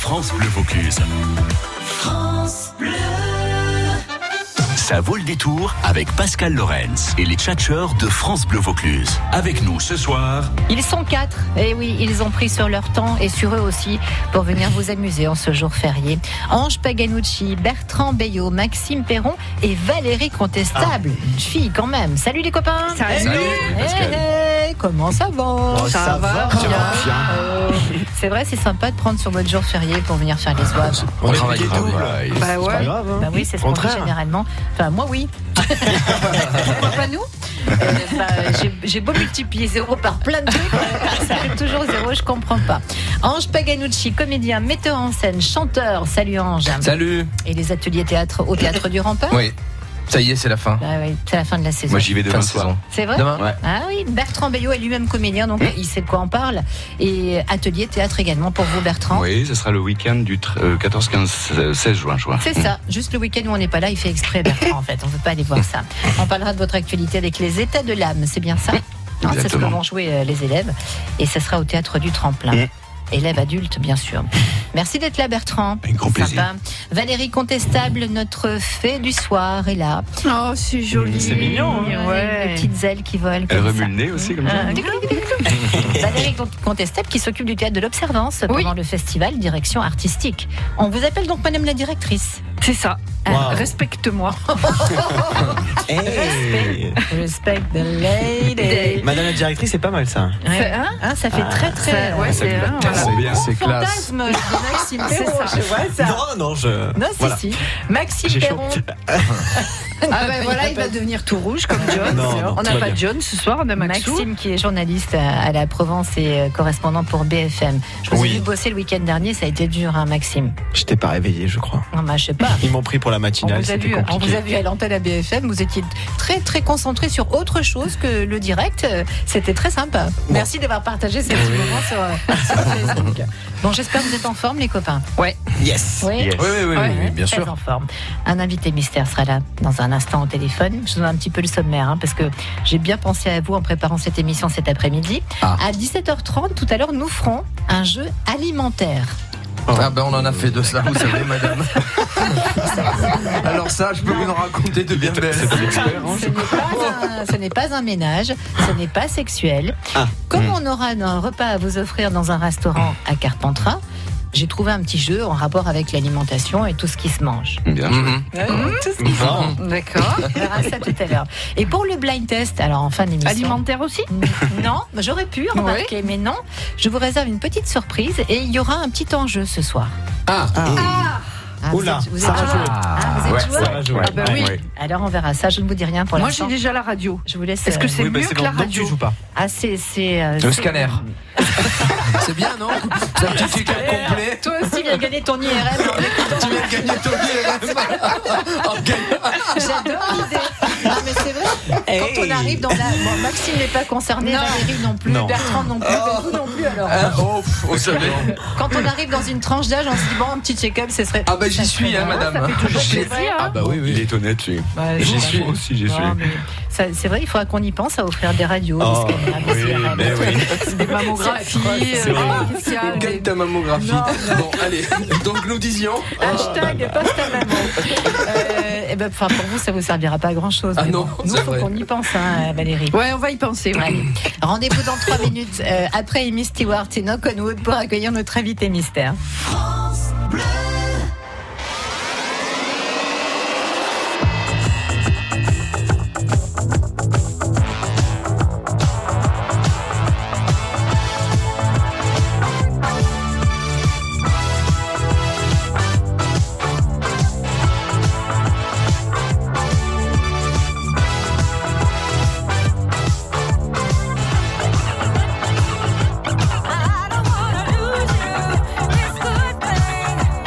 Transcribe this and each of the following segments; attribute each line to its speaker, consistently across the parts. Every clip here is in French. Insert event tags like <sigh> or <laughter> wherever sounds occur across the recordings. Speaker 1: France Bleu Vaucluse.
Speaker 2: France Bleu.
Speaker 1: Ça vaut le détour avec Pascal Lorenz et les tchatcheurs de France Bleu Vaucluse. Avec nous ce soir,
Speaker 3: Ils sont quatre, et oui, ils ont pris sur leur temps et sur eux aussi pour venir vous amuser en ce jour férié. Ange Paganucci, Bertrand Bayot, Maxime Perron et Valérie Contestable, une fille quand même. Salut les copains
Speaker 4: Ah. Salut. Salut,
Speaker 3: Hey, hey, Comment ça va
Speaker 4: ça Ça va va bien. bien.
Speaker 3: Euh, C'est vrai, c'est sympa de prendre sur votre jour férié pour venir faire les
Speaker 4: Ah,
Speaker 3: soirs.
Speaker 5: On travaille pas, voilà, et
Speaker 4: Bah
Speaker 5: c'est pas
Speaker 4: ouais.
Speaker 5: grave, hein.
Speaker 3: Bah oui, c'est ce qu'on dit
Speaker 5: Contraire.
Speaker 3: généralement. Enfin, moi,
Speaker 5: <laughs>
Speaker 3: oui. Pourquoi pas nous Euh, bah, j'ai- J'ai beau multiplier zéro par plein de trucs, euh, ça fait toujours zéro, je comprends pas. Ange Paganucci, comédien, metteur en scène, chanteur. Salut Ange.
Speaker 6: Salut
Speaker 3: Et les ateliers théâtre au Théâtre du Rempart
Speaker 6: Oui, ça y est, c'est la fin.
Speaker 3: Bah oui, c'est la fin de la saison.
Speaker 5: Moi j'y vais
Speaker 6: Fin
Speaker 5: demain
Speaker 6: de
Speaker 5: soir.
Speaker 6: saison.
Speaker 3: C'est vrai
Speaker 6: Demain Ouais. Hmm
Speaker 3: Ah oui, Bertrand Bayot est lui-même comédien, donc il sait de quoi on parle. Et atelier théâtre également pour vous, Bertrand.
Speaker 5: Oui, ce sera le week-end du tr- euh, 14, 15, euh, 16 juin, je crois.
Speaker 3: C'est ça, juste le week-end où on n'est pas là, il fait exprès Bertrand en fait, on ne peut pas aller voir
Speaker 5: <laughs>
Speaker 3: ça. On parlera de votre actualité avec les états de l'âme, c'est bien ça Non, C'est ce que
Speaker 5: Exactement.
Speaker 3: vont jouer euh, les élèves et ça sera au théâtre du tremplin.
Speaker 5: Mm.
Speaker 3: Élèves adultes, bien sûr. Merci d'être là, Bertrand.
Speaker 5: Avec grand plaisir.
Speaker 3: Sympa. Valérie Contestable, notre fée du soir, est là.
Speaker 4: Oh, c'est joli.
Speaker 5: C'est mignon,
Speaker 3: Avec
Speaker 4: Oh, Ouais.
Speaker 3: les petites ailes qui volent.
Speaker 5: Elle
Speaker 3: comme
Speaker 5: remue
Speaker 3: ça.
Speaker 5: le nez aussi, comme ça.
Speaker 3: Ah,
Speaker 5: <laughs>
Speaker 3: Valérie Contestable qui s'occupe du théâtre de l'Observance
Speaker 4: Oui.
Speaker 3: pendant le festival Direction Artistique. On vous appelle donc Madame la Directrice.
Speaker 4: C'est ça.
Speaker 3: Wow. <laughs>
Speaker 4: Respecte-moi.
Speaker 7: Hey
Speaker 3: Respect the lady.
Speaker 7: Madame la directrice, c'est pas mal ça.
Speaker 4: C'est- hein
Speaker 3: Hein, ça fait très très.
Speaker 4: C'est- ouais, c'est
Speaker 5: lui va
Speaker 4: hein,
Speaker 5: casser.
Speaker 4: voilà.
Speaker 5: bien.
Speaker 6: C'est classe.
Speaker 3: fantasme de Maxime Perron,
Speaker 4: ça.
Speaker 3: je vois ça.
Speaker 7: Non, non, je.
Speaker 3: Non, si, si. Maxime
Speaker 7: J'ai chaud.
Speaker 3: Perron.
Speaker 4: Ah ben voilà, il va devenir tout rouge comme
Speaker 3: <laughs>
Speaker 4: John.
Speaker 7: Non, non,
Speaker 4: on
Speaker 7: tout
Speaker 4: n'a
Speaker 7: va
Speaker 4: pas
Speaker 7: bien.
Speaker 4: de John ce soir,
Speaker 7: Ah,
Speaker 4: on a Maxou.
Speaker 3: Maxime qui est journaliste à à la Provence et euh, correspondant pour BFM. Je vous ai
Speaker 7: Oui.
Speaker 3: vu bosser le week-end dernier, ça a été dur, hein, Maxime.
Speaker 7: Je t'ai pas réveillé, je crois.
Speaker 3: Non, bah, je sais pas.
Speaker 7: Ils m'ont pris pour la
Speaker 3: On
Speaker 7: matinale,
Speaker 3: vous, a
Speaker 7: c'était
Speaker 3: vu, hein, on vous a
Speaker 7: compliqué.
Speaker 3: vu à l'antenne à BFM, vous étiez très très concentré sur autre chose que le direct. Euh, C'était très sympa. Merci d'avoir partagé ces petits moments sur, euh, sur
Speaker 7: <laughs>
Speaker 3: Facebook. Bon, j'espère que vous êtes en forme, les copains.
Speaker 7: Yes.
Speaker 3: Oui.
Speaker 5: Yes.
Speaker 6: Oui, oui, oui, oui,
Speaker 3: Ouais,
Speaker 6: bien
Speaker 3: très
Speaker 6: sûr.
Speaker 3: en forme. Un invité mystère sera là dans un instant au téléphone. Je vous donne un petit peu le sommaire hein, parce que j'ai bien pensé à vous en préparant cette émission cet après-midi.
Speaker 6: Ah.
Speaker 3: À 17h30, tout à l'heure, nous ferons un jeu alimentaire.
Speaker 6: <laughs> Ah ben on en a fait de ça, vous savez, madame. <laughs> Alors ça, je peux vous en raconter de bien belles.
Speaker 3: Ce
Speaker 6: Ah.
Speaker 3: n'est pas, un- ce n'est pas un ménage, ce n'est pas sexuel.
Speaker 7: Ah.
Speaker 3: Comme
Speaker 6: Hmm.
Speaker 3: on aura un repas à vous offrir dans un restaurant à Carpentras, j'ai trouvé un petit jeu en rapport avec l'alimentation et tout ce qui se mange.
Speaker 5: Bien.
Speaker 6: Mhm. Ah.
Speaker 3: Tout ce qui se mange.
Speaker 4: D'accord.
Speaker 3: On
Speaker 6: <laughs>
Speaker 3: verra ça tout à l'heure. Et pour le blind test, alors en fin d'émission.
Speaker 4: Alimentaire aussi
Speaker 3: Mm. Non, bah, j'aurais pu remarquer, mais non. Je vous réserve une petite surprise et il y aura un petit enjeu ce soir.
Speaker 6: Ah,
Speaker 3: Ah, vous
Speaker 7: Oula,
Speaker 3: êtes- vous êtes
Speaker 7: ça va
Speaker 3: joueur.
Speaker 7: jouer.
Speaker 3: Ah, vous êtes joueur
Speaker 7: ça va jouer.
Speaker 4: Ah ben oui.
Speaker 7: Ouais.
Speaker 3: Alors on verra ça. Je ne vous dis rien pour
Speaker 4: Moi j'ai
Speaker 3: l'instant.
Speaker 4: déjà la radio.
Speaker 3: Je vous laisse.
Speaker 4: Est-ce que
Speaker 3: euh,
Speaker 4: c'est
Speaker 6: ben,
Speaker 7: Oui, bah,
Speaker 4: mieux
Speaker 7: c'est
Speaker 4: que
Speaker 7: bon.
Speaker 4: la
Speaker 7: Donc, tu
Speaker 4: radio
Speaker 7: joues pas.
Speaker 3: Ah, c'est. c'est, euh,
Speaker 6: le
Speaker 3: c'est-
Speaker 6: scanner. <laughs> C'est bien, non C'est un petit truc complet.
Speaker 3: Toi aussi, viens gagner ton
Speaker 4: <laughs>
Speaker 3: IRM.
Speaker 6: Tu viens de gagner ton IRM. <laughs> En gagnant.
Speaker 3: J'adore l'idée. Non, mais c'est vrai. Quand on arrive dans la. bon, Maxime n'est pas concerné,
Speaker 4: Non. Oh.
Speaker 3: Valérie non plus,
Speaker 7: Non.
Speaker 3: Bertrand non plus, Ben, vous non plus alors.
Speaker 6: Ah, Oh, pff, vous savez.
Speaker 3: Quand on arrive dans une tranche d'âge, on se dit bon, un petit check-up, ce serait.
Speaker 6: Ah bah
Speaker 3: ça
Speaker 6: j'y
Speaker 3: serait
Speaker 6: suis, hein,
Speaker 3: bien.
Speaker 6: madame.
Speaker 4: J'ai
Speaker 6: J'y-
Speaker 4: dit,
Speaker 6: Ah
Speaker 4: hein.
Speaker 6: bah oui,
Speaker 5: Il
Speaker 6: oui.
Speaker 5: est honnête, lui.
Speaker 3: Bah,
Speaker 6: J'y
Speaker 3: bon,
Speaker 6: suis.
Speaker 5: Moi aussi, j'y suis.
Speaker 3: Non, mais ça, c'est vrai, il faudra qu'on y pense à offrir des radios,
Speaker 7: Oh,
Speaker 3: des scanners, des
Speaker 5: oui,
Speaker 3: CRM.
Speaker 5: mais oui.
Speaker 4: Des mammographies.
Speaker 7: C'est
Speaker 4: euh,
Speaker 7: vrai.
Speaker 4: des spéciales,
Speaker 6: Gagne ta mammographie. Bon, allez. Donc nous disions.
Speaker 3: Hashtag poste à maman. Euh, eh ben, enfin, pour vous, ça vous servira pas à grand chose.
Speaker 6: Ah non,
Speaker 3: nous,
Speaker 6: c'est
Speaker 3: faut
Speaker 6: vrai.
Speaker 3: qu'on y pense, hein, Valérie.
Speaker 4: des- Ouais, on va y penser. Mmh. ouais.
Speaker 3: Allez, rendez-vous dans 3 minutes euh, après Amy Stewart et Knock on Wood pour accueillir notre invité mystère.
Speaker 2: I don't wanna lose you. It's the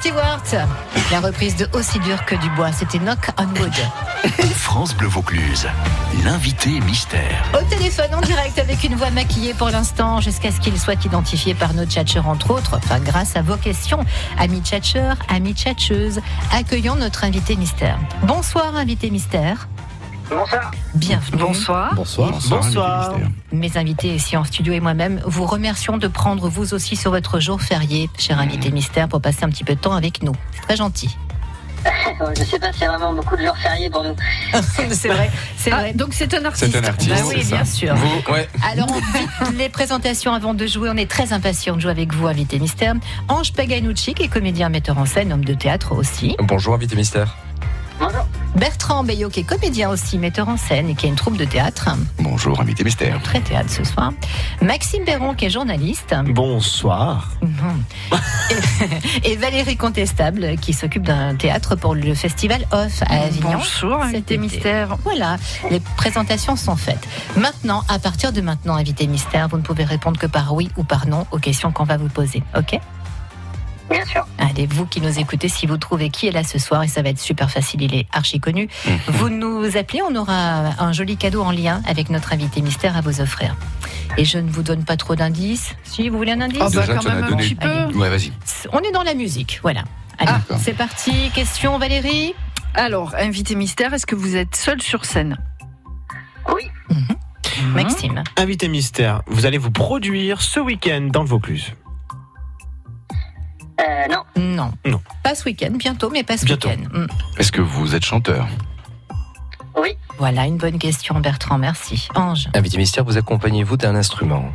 Speaker 3: Stewart. La reprise de Aussi dur que du bois, c'était Knock on Wood.
Speaker 1: France Bleu Vaucluse, l'invité mystère.
Speaker 3: Au téléphone en direct avec une voix maquillée pour l'instant, jusqu'à ce qu'il soit identifié par nos tchatcheurs entre autres, enfin grâce à vos questions. Amis tchatcheurs, amis tchatcheuses, accueillons notre invité mystère. Bonsoir invité mystère.
Speaker 8: Bonsoir.
Speaker 3: Bienvenue.
Speaker 4: Bonsoir.
Speaker 6: Bonsoir.
Speaker 7: Bonsoir.
Speaker 5: Invité mystère.
Speaker 3: Mes invités ici en studio et moi-même vous remercions de prendre vous aussi sur votre jour férié, cher invité mystère, pour passer un petit peu de temps avec nous. C'est très gentil.
Speaker 8: Euh, Je sais pas, c'est vraiment beaucoup de jours fériés pour nous.
Speaker 3: c'est vrai, c'est
Speaker 4: Ah,
Speaker 3: vrai.
Speaker 4: donc c'est un artiste.
Speaker 5: C'est un artiste,
Speaker 3: Bah oui,
Speaker 5: c'est ça.
Speaker 3: bien sûr.
Speaker 6: Vous, ouais.
Speaker 3: Alors, on vite les présentations avant de jouer. On est très impatients de jouer avec vous, invité mystère. Ange Paganucci, qui est comédien, metteur en scène, homme de théâtre aussi.
Speaker 6: Bonjour, invité mystère.
Speaker 8: Bonjour.
Speaker 3: Bertrand Bayot, qui est comédien aussi, metteur en scène et qui a une troupe de théâtre.
Speaker 5: Bonjour, invité mystère.
Speaker 3: Très théâtre ce soir. Maxime Perron, qui est journaliste.
Speaker 7: Bonsoir.
Speaker 3: Et, et Valérie Contestable, qui s'occupe d'un théâtre pour le festival Off à Avignon.
Speaker 4: Bonjour, invité
Speaker 3: C'était-
Speaker 4: mystère.
Speaker 3: Voilà, les présentations sont faites. Maintenant, à partir de maintenant, invité mystère, vous ne pouvez répondre que par oui ou par non aux questions qu'on va vous poser. OK
Speaker 8: Bien sûr.
Speaker 3: Allez, vous qui nous écoutez, si vous trouvez qui est là ce soir, et ça va être super facile, il est archi connu, vous nous appelez, on aura un joli cadeau en lien avec notre invité mystère à vous offrir. Et je ne vous donne pas trop d'indices. Si vous voulez un indice
Speaker 4: Ah bah
Speaker 5: Déjà,
Speaker 4: quand
Speaker 5: tu en as
Speaker 4: même un
Speaker 5: donné.
Speaker 4: petit peu.
Speaker 5: Ouais, vas-y.
Speaker 3: On est dans la musique, voilà. Allez,
Speaker 5: Ah.
Speaker 3: c'est parti. Question Valérie
Speaker 4: Alors, invité mystère, est-ce que vous êtes seul sur scène Mhm.
Speaker 8: Oui.
Speaker 7: Mhm.
Speaker 3: Maxime.
Speaker 7: Invité mystère, vous allez vous produire ce week-end dans le Vaucluse.
Speaker 8: Euh, non.
Speaker 3: Non.
Speaker 7: Non.
Speaker 3: Pas ce week-end, bientôt, mais pas ce
Speaker 7: Bientôt.
Speaker 3: week-end. Mm.
Speaker 5: Est-ce que vous êtes chanteur
Speaker 8: Oui.
Speaker 3: Voilà, une bonne question, Bertrand, merci. Ange
Speaker 6: Invité mystère, vous accompagnez-vous d'un instrument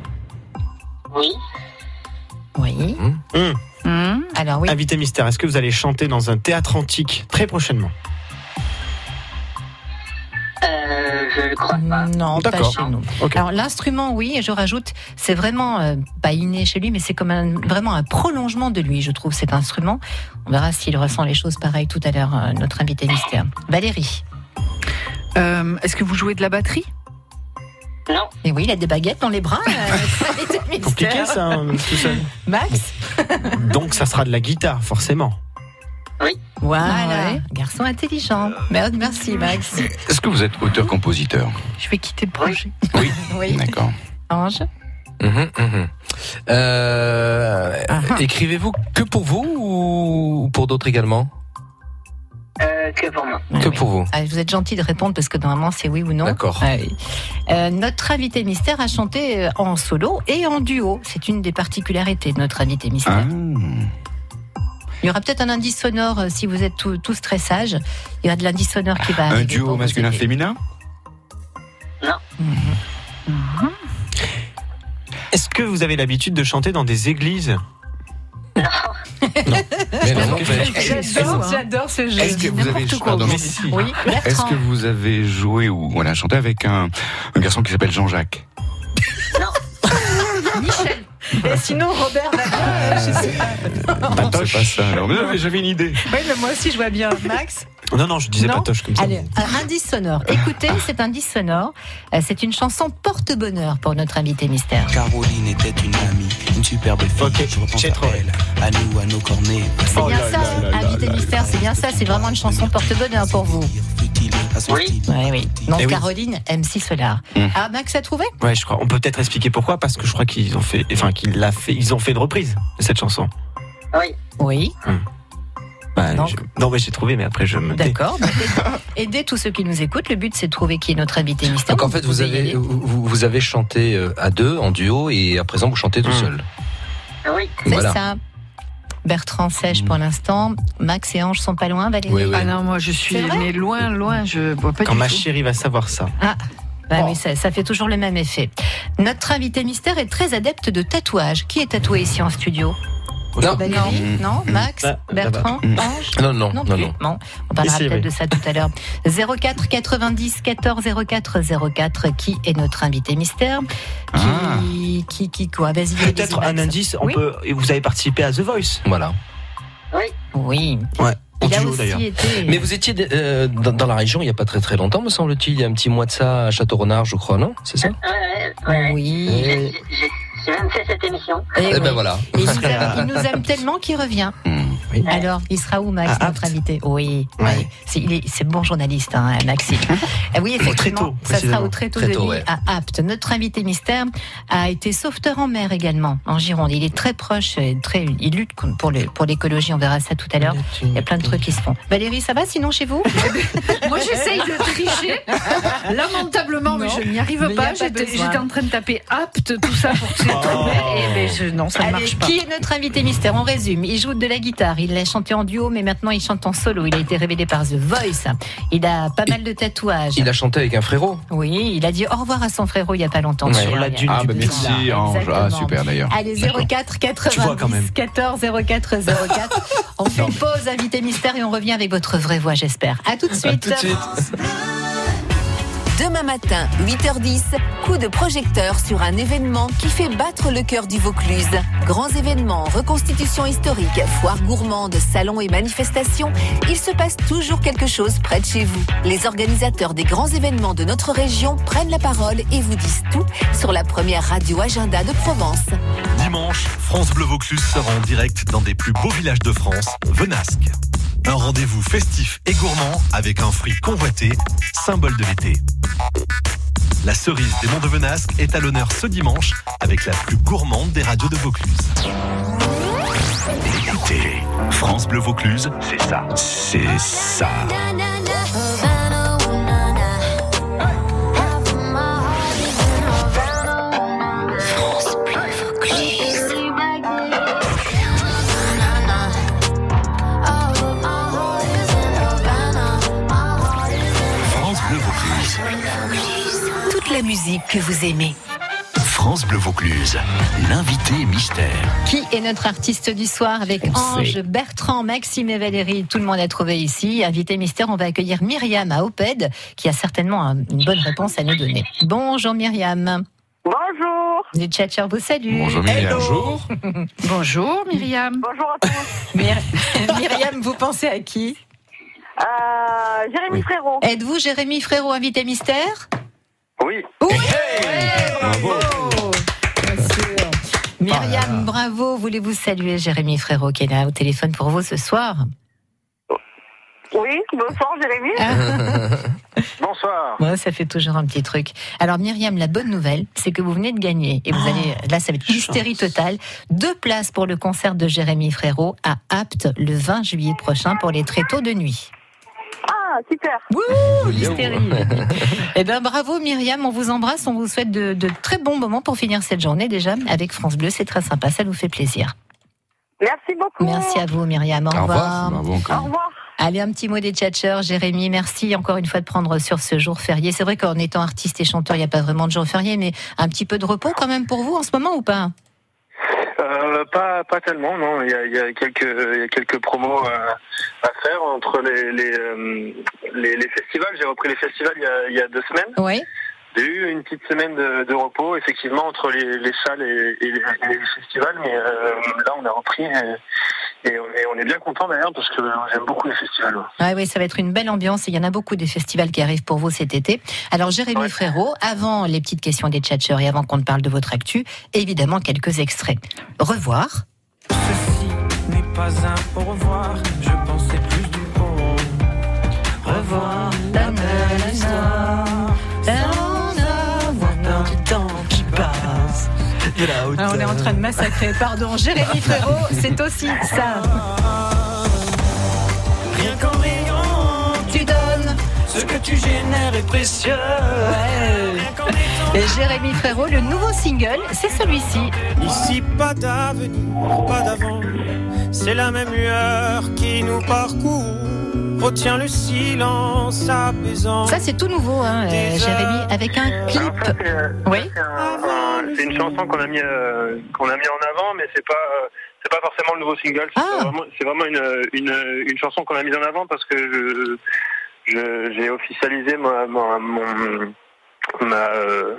Speaker 8: Oui.
Speaker 3: Oui.
Speaker 4: Hmm
Speaker 3: Alors, oui.
Speaker 7: Invité mystère, est-ce que vous allez chanter dans un théâtre antique très prochainement
Speaker 8: Euh, je le crois pas.
Speaker 3: Non, pas
Speaker 7: D'accord.
Speaker 3: chez nous.
Speaker 7: Ok.
Speaker 3: Alors l'instrument, oui, et je rajoute, c'est vraiment euh, pas inné chez lui, mais c'est comme un- vraiment un prolongement de lui, je trouve, cet instrument. On verra s'il ressent les choses pareilles tout à l'heure, euh, notre invité mystère. Valérie.
Speaker 4: Euh, Est-ce que vous jouez de la batterie
Speaker 8: Non.
Speaker 3: Et oui, il a des baguettes dans les bras.
Speaker 7: <laughs>
Speaker 3: euh, invité mystère.
Speaker 7: Compliqué ça, hein,
Speaker 3: <laughs>
Speaker 7: tout seul.
Speaker 3: Max.
Speaker 7: Donc ça sera de la guitare, forcément.
Speaker 3: Voilà.
Speaker 4: Ah Ouais.
Speaker 3: Garçon intelligent. Merde, Merci, Max.
Speaker 5: Est-ce que vous êtes auteur-compositeur
Speaker 4: Je vais quitter le projet.
Speaker 3: Oui.
Speaker 5: D'accord.
Speaker 3: Ange.
Speaker 6: Mhm, mhm. Euh,
Speaker 3: Ah,
Speaker 6: Écrivez-vous que pour vous ou pour d'autres également
Speaker 8: Euh, que pour moi.
Speaker 3: Ah
Speaker 6: Que
Speaker 3: oui.
Speaker 6: pour vous
Speaker 3: Ah, vous êtes gentil de répondre parce que normalement c'est oui ou non.
Speaker 6: D'accord.
Speaker 3: Ah oui. Euh, notre invité mystère a chanté euh, en solo et en duo. C'est une des particularités de notre invité mystère.
Speaker 5: Ah.
Speaker 3: Il y aura peut-être un indice sonore euh, si vous êtes tous, tous très sages. Il y aura de l'indice sonore qui va.
Speaker 5: Un
Speaker 3: arriver pour
Speaker 5: duo
Speaker 3: vous aider.
Speaker 5: masculin-féminin
Speaker 7: Est-ce que vous avez l'habitude de chanter dans des églises
Speaker 6: Mais non, n'empêche.
Speaker 4: J'adore,
Speaker 3: j'adore ce jeu.
Speaker 5: Est-ce que vous avez- pardon.
Speaker 3: Oui,
Speaker 7: Oui.
Speaker 5: Est-ce
Speaker 3: Bertrand.
Speaker 5: que vous avez joué ou voilà, chanté avec un, un garçon qui s'appelle Jean-Jacques
Speaker 4: Michel, <laughs>
Speaker 3: Et sinon, Robert bah, va bien.
Speaker 6: Ah,
Speaker 5: Non, c'est pas ça. Alors, mais j'avais- j'avais une idée.
Speaker 3: Oui, mais moi aussi, je vois bien Max.
Speaker 7: Non, non, je disais
Speaker 3: Non.
Speaker 7: patoche comme ça.
Speaker 3: Allez, un indice sonore. Écoutez cet indice sonore. Euh, C'est une chanson porte-bonheur pour notre invité mystère.
Speaker 9: Caroline était une amie, une superbe fille.
Speaker 7: Ok,
Speaker 9: je repense
Speaker 7: j'ai
Speaker 9: à
Speaker 7: trouvé.
Speaker 9: elle, à nous, à nos cornets.
Speaker 5: Oh
Speaker 3: C'est bien ça, invité mystère, c'est bien ça, c'est vraiment une chanson porte-bonheur pour vous.
Speaker 9: Futile, à son
Speaker 8: Oui.
Speaker 9: style.
Speaker 3: Oui, oui. Non,
Speaker 7: Eh oui.
Speaker 3: Caroline, M6 Solar.
Speaker 6: Hum.
Speaker 5: Mm.
Speaker 3: Ah, Max a trouvé
Speaker 7: Ouais, je crois. On peut peut-être expliquer pourquoi, parce que je crois qu'ils ont fait, enfin, qu'ils l'a fait, ils ont fait une reprise de cette chanson.
Speaker 8: Oui.
Speaker 3: Oui,
Speaker 7: Bah,
Speaker 3: Non.
Speaker 7: je- non, mais j'ai trouvé, mais après je me. tais.
Speaker 6: <laughs>
Speaker 3: d'accord. Bah, aidez- Aidez tous ceux qui nous écoutent. Le but, c'est de trouver qui est notre invité mystère.
Speaker 6: Donc en fait, vous
Speaker 3: pouvez y
Speaker 6: avez,
Speaker 3: aller.
Speaker 6: vous, vous avez chanté euh, à deux, en duo, et à présent, vous chantez tout
Speaker 7: Hmm.
Speaker 6: seul.
Speaker 8: Oui.
Speaker 3: C'est
Speaker 6: Voilà. Hum.
Speaker 3: ça. Bertrand sèche pour l'instant. Max et Ange sont pas loin, Valérie.
Speaker 6: Oui, oui.
Speaker 4: Ah non, moi je
Speaker 3: C'est
Speaker 4: suis
Speaker 3: vrai
Speaker 4: mais loin, loin, je vois pas
Speaker 7: Quand
Speaker 4: du
Speaker 7: ma
Speaker 4: tout.
Speaker 7: chérie va savoir ça.
Speaker 3: Bah
Speaker 4: Oh.
Speaker 3: oui, ça, ça fait toujours le même effet. Notre invité mystère est très adepte de tatouage. Qui est tatoué ici en studio
Speaker 6: Ah. Non. Hum. Bah,
Speaker 3: Valérie Non,
Speaker 5: Mm.
Speaker 3: Max
Speaker 7: Là-
Speaker 3: Bertrand
Speaker 5: Mm.
Speaker 3: Ange
Speaker 6: Non, non, Oh, non, non.
Speaker 3: plus. Bon, on parlera
Speaker 7: Ici,
Speaker 3: peut-être
Speaker 7: oui.
Speaker 3: de ça tout à l'heure. 04 90 14 04 04 qui est notre invité mystère Qui
Speaker 5: Ah.
Speaker 3: qui, qui quoi Vas-y. vas-y,
Speaker 7: Peut-être
Speaker 3: Max.
Speaker 7: un indice. On
Speaker 3: Oui.
Speaker 7: peut. et Vous avez participé à The Voice.
Speaker 6: Voilà.
Speaker 3: Oui.
Speaker 7: Ouais. En
Speaker 3: Il a
Speaker 7: duo, d'ailleurs.
Speaker 3: aussi été.
Speaker 6: Mais vous étiez euh, dans, dans la région il n'y a pas très très longtemps, me semble-t-il. Il y a un petit mois de ça à Château-Renard, je crois, non C'est
Speaker 10: Ah
Speaker 6: ça
Speaker 8: Ouais, ouais, ouais.
Speaker 3: Oui.
Speaker 10: Eh,
Speaker 8: J'ai- J'ai j'ai même fait cette émission.
Speaker 3: Et
Speaker 6: Eh ben voilà. <laughs> Mm.
Speaker 3: il, nous aime, il nous aime tellement qu'il revient.
Speaker 5: Hmm.
Speaker 11: Oui.
Speaker 3: Alors, il sera où, Max,
Speaker 11: Ah,
Speaker 3: notre
Speaker 11: apte.
Speaker 3: invité Oui.
Speaker 11: Ouais.
Speaker 3: Ouais. C'est il est- c'est bon journaliste, hein, Maxime. Ah oui, effectivement.
Speaker 11: tôt,
Speaker 3: ça sera
Speaker 11: précisément.
Speaker 3: au très tôt
Speaker 6: Très
Speaker 3: de
Speaker 6: tôt,
Speaker 3: nuit
Speaker 6: ouais.
Speaker 3: à Apt. Notre invité mystère a été sauveteur en mer également, en Gironde. Il est très proche, euh, très, il lutte con- pour le- pour l'écologie. On verra ça tout à l'heure. Il y a plein de trucs qui se font. Valérie, ça va sinon chez vous
Speaker 4: Moi, j'essaye de tricher, <laughs> lamentablement, mais
Speaker 3: Non,
Speaker 4: je n'y arrive
Speaker 3: mais y a
Speaker 4: pas.
Speaker 3: pas
Speaker 4: J'étais
Speaker 3: besoin.
Speaker 4: j'étais en train de taper apte, tout ça pour que c'est trouvé. Et ben, je- non, ça ne
Speaker 3: Allez,
Speaker 4: marche pas.
Speaker 3: Qui est notre invité mystère On résume. Il joue de la guitare. Il l'a chanté en duo, mais maintenant il chante en solo. Il a été révélé par The Voice. Il a pas mal de tatouages.
Speaker 6: Il a chanté avec un frérot.
Speaker 3: Oui, il a dit au revoir à son frérot il y a pas longtemps.
Speaker 6: Ouais.
Speaker 3: sur
Speaker 6: Sur
Speaker 3: la dune.
Speaker 5: Ah, bah merci,
Speaker 3: Exactement.
Speaker 5: Ange. Ah, super d'ailleurs.
Speaker 3: Allez, 04
Speaker 11: Tu vois quand même.
Speaker 3: 90 14 04 04. On fait une pause, invité mystère, et on revient avec votre vraie voix, j'espère. À tout de suite.
Speaker 12: Demain matin, 8h10, coup de projecteur sur un événement qui fait battre le cœur du Vaucluse. Grands événements, reconstitutions historiques, foires gourmandes, salons et manifestations, il se passe toujours quelque chose près de chez vous. Les organisateurs des grands événements de notre région prennent la parole et vous disent tout sur la première radio agenda de Provence.
Speaker 10: Dimanche, France Bleu Vaucluse sera en direct dans des plus beaux villages de France, Venasque. Un rendez-vous festif et gourmand avec un fruit convoité, symbole de l'été. La cerise des Monts de Venasque est à l'honneur ce dimanche avec la plus gourmande des radios de Vaucluse.
Speaker 1: Écoutez, France Bleu Vaucluse,
Speaker 5: C'est ça.
Speaker 1: c'est ça. France Bleu Vaucluse.
Speaker 12: Toute la musique que vous aimez.
Speaker 1: France Bleu Vaucluse, l'invité mystère.
Speaker 3: Qui est notre artiste du soir avec
Speaker 6: On
Speaker 3: Ange,
Speaker 6: sait.
Speaker 3: Bertrand, Maxime et Valérie Tout le monde a trouvé ici. Invité mystère, on va accueillir Myriam à Oped, qui a certainement un- une bonne réponse à nous donner. Bonjour Myriam.
Speaker 13: Bonjour.
Speaker 3: Les tchatchers vous saluent.
Speaker 5: Bonjour, Myriam. Bonjour.
Speaker 4: Bonjour, Myriam.
Speaker 13: Bonjour à tous.
Speaker 3: Myri- <laughs> Myriam, vous pensez à qui
Speaker 13: Euh, Jérémy
Speaker 3: Oui.
Speaker 13: Frérot.
Speaker 3: Êtes-vous Jérémy Frérot, invité mystère
Speaker 10: Oui.
Speaker 3: Oui
Speaker 5: Bravo.
Speaker 3: Myriam, bravo. Voulez-vous saluer Jérémy Frérot qui est là au téléphone pour vous ce soir
Speaker 13: Oui, bonsoir Jérémy.
Speaker 10: <laughs> Bonsoir.
Speaker 3: Ouais, ça fait toujours un petit truc. Alors Myriam, la bonne nouvelle, c'est que vous venez de gagner et vous allez là, ça va être hystérie totale. Deux places pour le concert de Jérémy Frérot à Apt le 20 juillet prochain pour les tréteaux de nuit.
Speaker 13: Ah, super.
Speaker 3: Wouh, hystérie. <laughs> Eh bien, bravo Myriam, on vous embrasse, on vous souhaite de, de très bons moments pour finir cette journée déjà avec France Bleu, c'est très sympa, ça nous fait plaisir.
Speaker 13: Merci beaucoup.
Speaker 3: Merci à vous Myriam, au,
Speaker 5: Au revoir.
Speaker 3: revoir.
Speaker 5: Bravo encore.
Speaker 13: Au revoir.
Speaker 3: Allez, un petit mot des tchatcheurs. Jérémy, merci encore une fois de prendre sur ce jour férié. C'est vrai qu'en étant artiste et chanteur, il n'y a pas vraiment de jour férié, mais un petit peu de repos quand même pour vous en ce moment ou pas
Speaker 10: Euh, pas, pas tellement, non. Il y a, il y a quelques, il y a quelques promos à, à faire entre les, les, euh, les, les festivals. J'ai repris les festivals il y a, il y a deux semaines.
Speaker 3: Oui.
Speaker 10: J'ai eu une petite semaine de, de repos, effectivement, entre les, les salles et, et les, et les festivals. Mais euh, là, on a repris euh, et, et on, est, on est bien content d'ailleurs parce que j'aime beaucoup les festivals. ouais.
Speaker 3: Ah oui, ça va être une belle ambiance. Il y en a beaucoup des festivals qui arrivent pour vous cet été. Alors, Jérémy
Speaker 10: Ouais.
Speaker 3: Frérot, avant les petites questions des tchatcheurs et avant qu'on ne parle de votre actu, évidemment quelques extraits. Revoir.
Speaker 2: Ceci n'est pas un au revoir, je pensais plus du bon.
Speaker 4: Ah,
Speaker 2: Revoir
Speaker 3: la belle histoire,
Speaker 2: qui passe.
Speaker 3: Ah, on est en train de massacrer. Pardon, Jérémy Frérot, c'est aussi ça.
Speaker 2: Rien qu'en riant,
Speaker 3: Tu donnes.
Speaker 2: ce que tu génères est précieux. Rien qu'en étant
Speaker 3: Et Jérémy Frérot, le nouveau single, c'est celui-ci.
Speaker 2: Ah. Ici pas d'avenir, pas d'avant, c'est la même lueur qui nous parcourt. Retiens le silence apaisant.
Speaker 3: Ça, c'est tout nouveau, hein, euh, Jérémy, avec un
Speaker 10: Alors ça,
Speaker 3: clip.
Speaker 10: c'est, euh,
Speaker 3: Oui.
Speaker 10: c'est un- un- c'est une chanson qu'on a mis euh, qu'on a mis en avant, mais c'est pas euh, c'est pas forcément le nouveau single. C'est
Speaker 3: Ah.
Speaker 10: vraiment, c'est vraiment une, une une chanson qu'on a mise en avant parce que je je- j'ai officialisé ma ma, mon- ma, euh,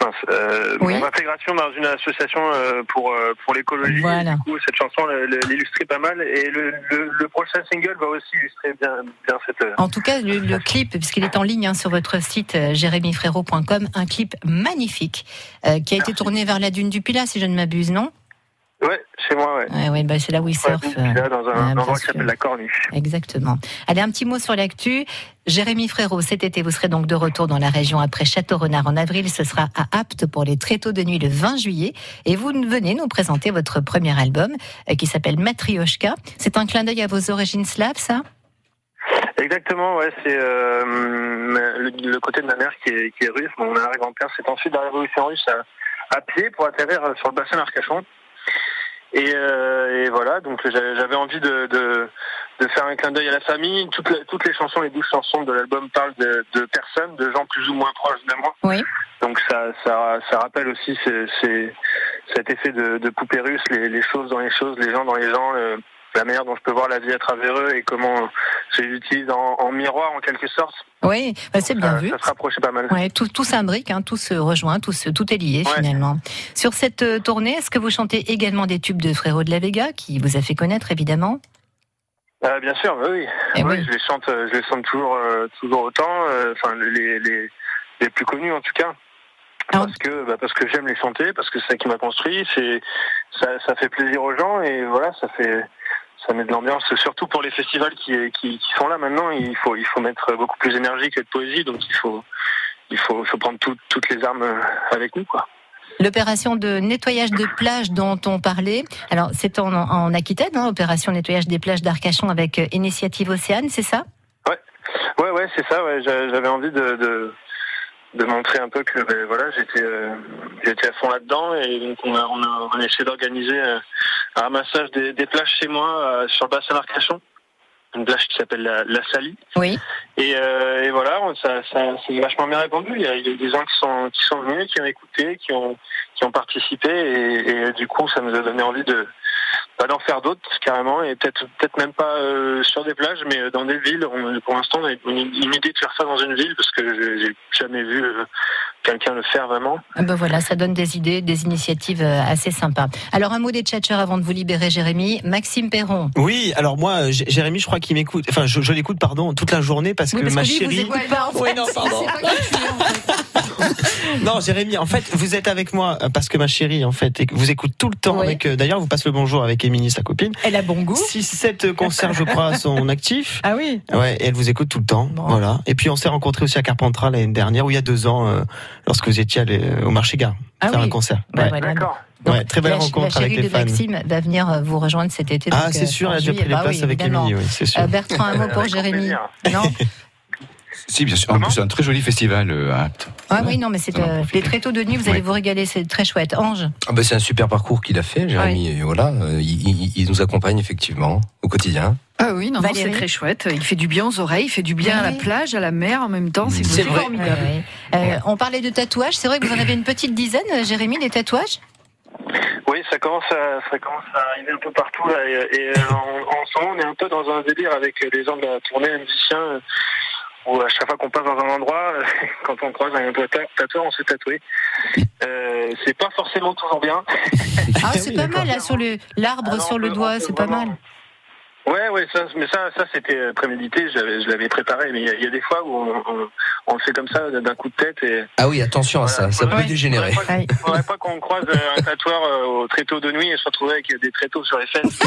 Speaker 10: mince, euh,
Speaker 3: Oui.
Speaker 10: mon intégration dans une association euh, pour euh, pour l'écologie.
Speaker 3: Voilà.
Speaker 10: Du coup, cette chanson le- le- l'illustrait pas mal et le, le, le prochain single va aussi illustrer bien bien cette euh,
Speaker 3: En tout cas, le, le clip, puisqu'il est en ligne hein, sur votre site euh, jérémyfrérot.com, un clip magnifique euh, qui a été tourné vers la dune du Pilat, si je ne m'abuse, non
Speaker 10: Ouais, c'est moi, ouais.
Speaker 3: Ouais, ouais, bah, c'est là où ils surfent. euh,
Speaker 10: Là, dans
Speaker 3: ouais,
Speaker 10: un
Speaker 3: bien
Speaker 10: endroit qui
Speaker 3: sûr.
Speaker 10: s'appelle la Corniche.
Speaker 3: Exactement. Allez, un petit mot sur l'actu. Jérémy Frérot, cet été, vous serez donc de retour dans la région après Château-Renard en avril. Ce sera à Apte pour les très tôt de nuit le 20 juillet. Et vous venez nous présenter votre premier album euh, qui s'appelle Matrioshka. C'est un clin d'œil à vos origines slaves, ça
Speaker 10: Exactement, ouais, c'est euh, le, le côté de ma mère qui est, qui est russe. Mon arrière-grand-père s'est ensuite de la révolution russe à, à pied pour atterrir euh, sur le bassin d'Arcachon. Et, euh, et voilà, donc j'a- j'avais envie de, de, de faire un clin d'œil à la famille. Toutes, les- toutes les chansons, les douze chansons de l'album parlent de, de personnes, de gens plus ou moins proches de moi. Donc ça, ça, ça rappelle aussi ce- ces- cet effet de, de poupée russe, les, les choses dans les choses, les gens dans les gens, le- la manière dont je peux voir la vie à travers eux et comment je les utilise en, en miroir en quelque sorte.
Speaker 3: Oui, bah, c'est bien
Speaker 10: Ça,
Speaker 3: vu.
Speaker 10: Euh, ça se rapprochait pas mal.
Speaker 3: Ouais, tout, tout s'imbrique, hein, tout se rejoint, tout, se, tout est lié finalement. Sur cette euh, tournée, est-ce que vous chantez également des tubes de Frérot de la Vega, qui vous a fait connaître évidemment
Speaker 10: Euh, bien sûr, oui, oui.
Speaker 3: Eh
Speaker 10: Oui, Je les chante, euh, je les chante toujours, euh, toujours autant. euh, Enfin, les, les, les plus connus en tout cas. Parce que, bah, parce que j'aime les chanter, parce que c'est ça qui m'a construit. C'est, ça, ça fait plaisir aux gens et voilà, ça fait, ça met de l'ambiance. Surtout pour les festivals qui, qui, qui sont là maintenant, il faut, il faut mettre beaucoup plus d'énergie que de poésie. Donc il faut, il faut, faut prendre tout- toutes les armes euh, avec nous, quoi.
Speaker 3: L'opération de nettoyage de plages dont on parlait, alors c'est en, en Aquitaine, hein, opération nettoyage des plages d'Arcachon avec euh, Initiative Océane, c'est ça
Speaker 10: Ouais, ouais, c'est ça. Ouais, J'a- j'avais envie de, de de montrer un peu que ben, voilà, j'étais euh, j'étais à fond là-dedans et donc on a on a, on a essayé d'organiser euh, un ramassage des, des plages chez moi euh, sur le bassin d'Arcachon, une plage qui s'appelle la, la Salie.
Speaker 3: Oui.
Speaker 10: Et, euh, et voilà, on- ça, ça c'est vachement bien répondu. Il y, a, il y a des gens qui sont qui sont venus, qui ont écouté, qui ont qui ont participé et, et du coup ça nous a donné envie de bah, d'en faire d'autres carrément et peut-être peut-être même pas euh, sur des plages mais euh, dans des villes. On- pour l'instant on a une, une idée de faire ça dans une ville parce que je- j'ai jamais vu euh, quelqu'un le faire vraiment.
Speaker 3: Ah ben voilà, ça donne des idées, des initiatives euh, assez sympas. Alors un mot des tchatcheurs avant de vous libérer, Jérémy. Maxime Perron.
Speaker 7: Oui, alors moi, euh, J- Jérémy, je crois qu'il m'écoute. Enfin, je, je l'écoute, pardon, toute la journée parce
Speaker 3: Oui,
Speaker 7: que
Speaker 3: parce
Speaker 7: Euh, ma
Speaker 3: que lui, vous
Speaker 7: chérie.
Speaker 3: écoute pas, en fait.
Speaker 7: Ouais, non, pardon.
Speaker 3: C'est pas que tu es, en fait.
Speaker 7: non, Jérémy, en fait, vous êtes avec moi euh, parce que ma chérie, en fait, et que vous écoute tout le temps. avec, euh, D'ailleurs, vous passe le bonjour avec Émilie, sa copine.
Speaker 3: Elle a bon goût.
Speaker 7: 6-7 concerts, je crois,
Speaker 3: <laughs>
Speaker 7: à son actif.
Speaker 3: Ah oui
Speaker 7: Ouais, et elle vous écoute tout le temps. Voilà. Et puis, on s'est rencontrés aussi à Carpentras l'année dernière, ou il y a deux ans, euh, lorsque vous étiez allé euh, au marché gare
Speaker 3: Ah
Speaker 7: faire
Speaker 3: oui.
Speaker 7: un concert.
Speaker 3: Bah
Speaker 7: ouais.
Speaker 3: voilà. D'accord.
Speaker 7: Ouais, très belle
Speaker 3: la, ch- la
Speaker 7: rencontre
Speaker 3: chérie
Speaker 7: avec les
Speaker 3: de
Speaker 7: fans.
Speaker 3: Maxime va venir euh, vous rejoindre cet été.
Speaker 7: Ah,
Speaker 3: donc,
Speaker 7: c'est
Speaker 3: euh,
Speaker 7: sûr, elle a
Speaker 3: en
Speaker 7: déjà
Speaker 3: juillet.
Speaker 7: pris les
Speaker 3: Bah
Speaker 7: places
Speaker 3: oui,
Speaker 7: avec
Speaker 3: évidemment.
Speaker 7: Émilie, oui, c'est sûr.
Speaker 3: Euh, Bertrand, un mot pour Jérémy. Non
Speaker 5: Si, bien sûr. En plus, c'est un très joli festival euh, à Apt.
Speaker 3: Ah oui, non, mais c'est euh, les très tôt de nuit, vous allez vous régaler, c'est très chouette. Ange,
Speaker 14: Ah ben, c'est un super parcours qu'il a fait, Jérémy. et voilà, euh, il, il- il nous accompagne effectivement au quotidien.
Speaker 4: Ah oui, non, non, c'est
Speaker 3: Valérie.
Speaker 4: très chouette. Il fait du bien aux oreilles, il fait du bien à la plage, à la mer en même temps. C'est
Speaker 3: C'est vrai.
Speaker 4: formidable.
Speaker 3: Ouais, euh, on parlait de tatouages, c'est vrai que vous en avez une petite dizaine, euh, Jérémy, des tatouages
Speaker 10: Oui, ça commence à ça commence à arriver un peu partout là, et, et, euh, en, en ce moment on est un peu dans un délire avec euh, les gens de la tournée les musiciens euh, où à chaque fois qu'on passe dans un endroit, <laughs> euh, quand on croise un tata- tatoueur, on se fait tatouer. Euh, c'est pas forcément toujours bien. Ah
Speaker 3: Ah, c'est pas mal, là, sur le- l'arbre, sur le doigt, c'est pas mal.
Speaker 10: Ouais, ouais, ça, mais ça, ça c'était euh, prémédité, j'avais- je l'avais préparé, mais il y a- il y, a des fois où on, on, on le fait comme ça d'un coup de tête et
Speaker 14: Ah oui, attention à ça, ça peut dégénérer.
Speaker 10: il faudrait pas qu'on croise euh, un tatoueur euh, au tréteau de nuit et se retrouver avec des tréteaux sur les fesses.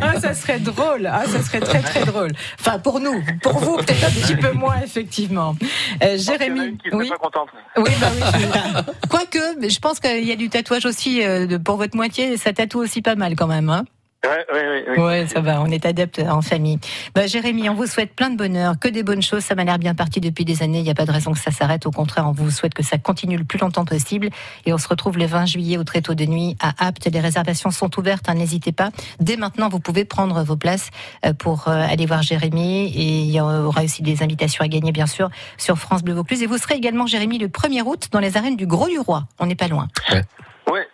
Speaker 4: Ah, ça serait drôle. Ah, ça serait
Speaker 3: Très, très drôle. Enfin, pour nous, pour vous, peut-être un petit peu moins, effectivement. Euh, Jérémy, oui. Oui, bah oui. je- Quoique, mais je pense qu'il y a du tatouage aussi euh, de- pour votre moitié, ça tatoue aussi pas mal quand même. Hein
Speaker 10: Ouais, ouais, ouais, ouais.
Speaker 3: Ouais, ça va, on est adepte en famille. Bah, Jérémy, on vous souhaite plein de bonheur, que des bonnes choses. Ça m'a l'air bien parti depuis des années. Il n'y a pas de raison que ça s'arrête. Au contraire, on vous souhaite que ça continue le plus longtemps possible. Et on se retrouve le 20 juillet au Tréteau de Nuit à Apt. Les réservations sont ouvertes, hein, n'hésitez pas. Dès maintenant, vous pouvez prendre vos places euh, pour euh, aller voir Jérémy. Et il y aura aussi des invitations à gagner, bien sûr, sur France Bleu Vaucluse. Et vous serez également, Jérémy, le 1er août dans les arènes du Gros du Roi. On n'est pas loin.
Speaker 10: Ouais.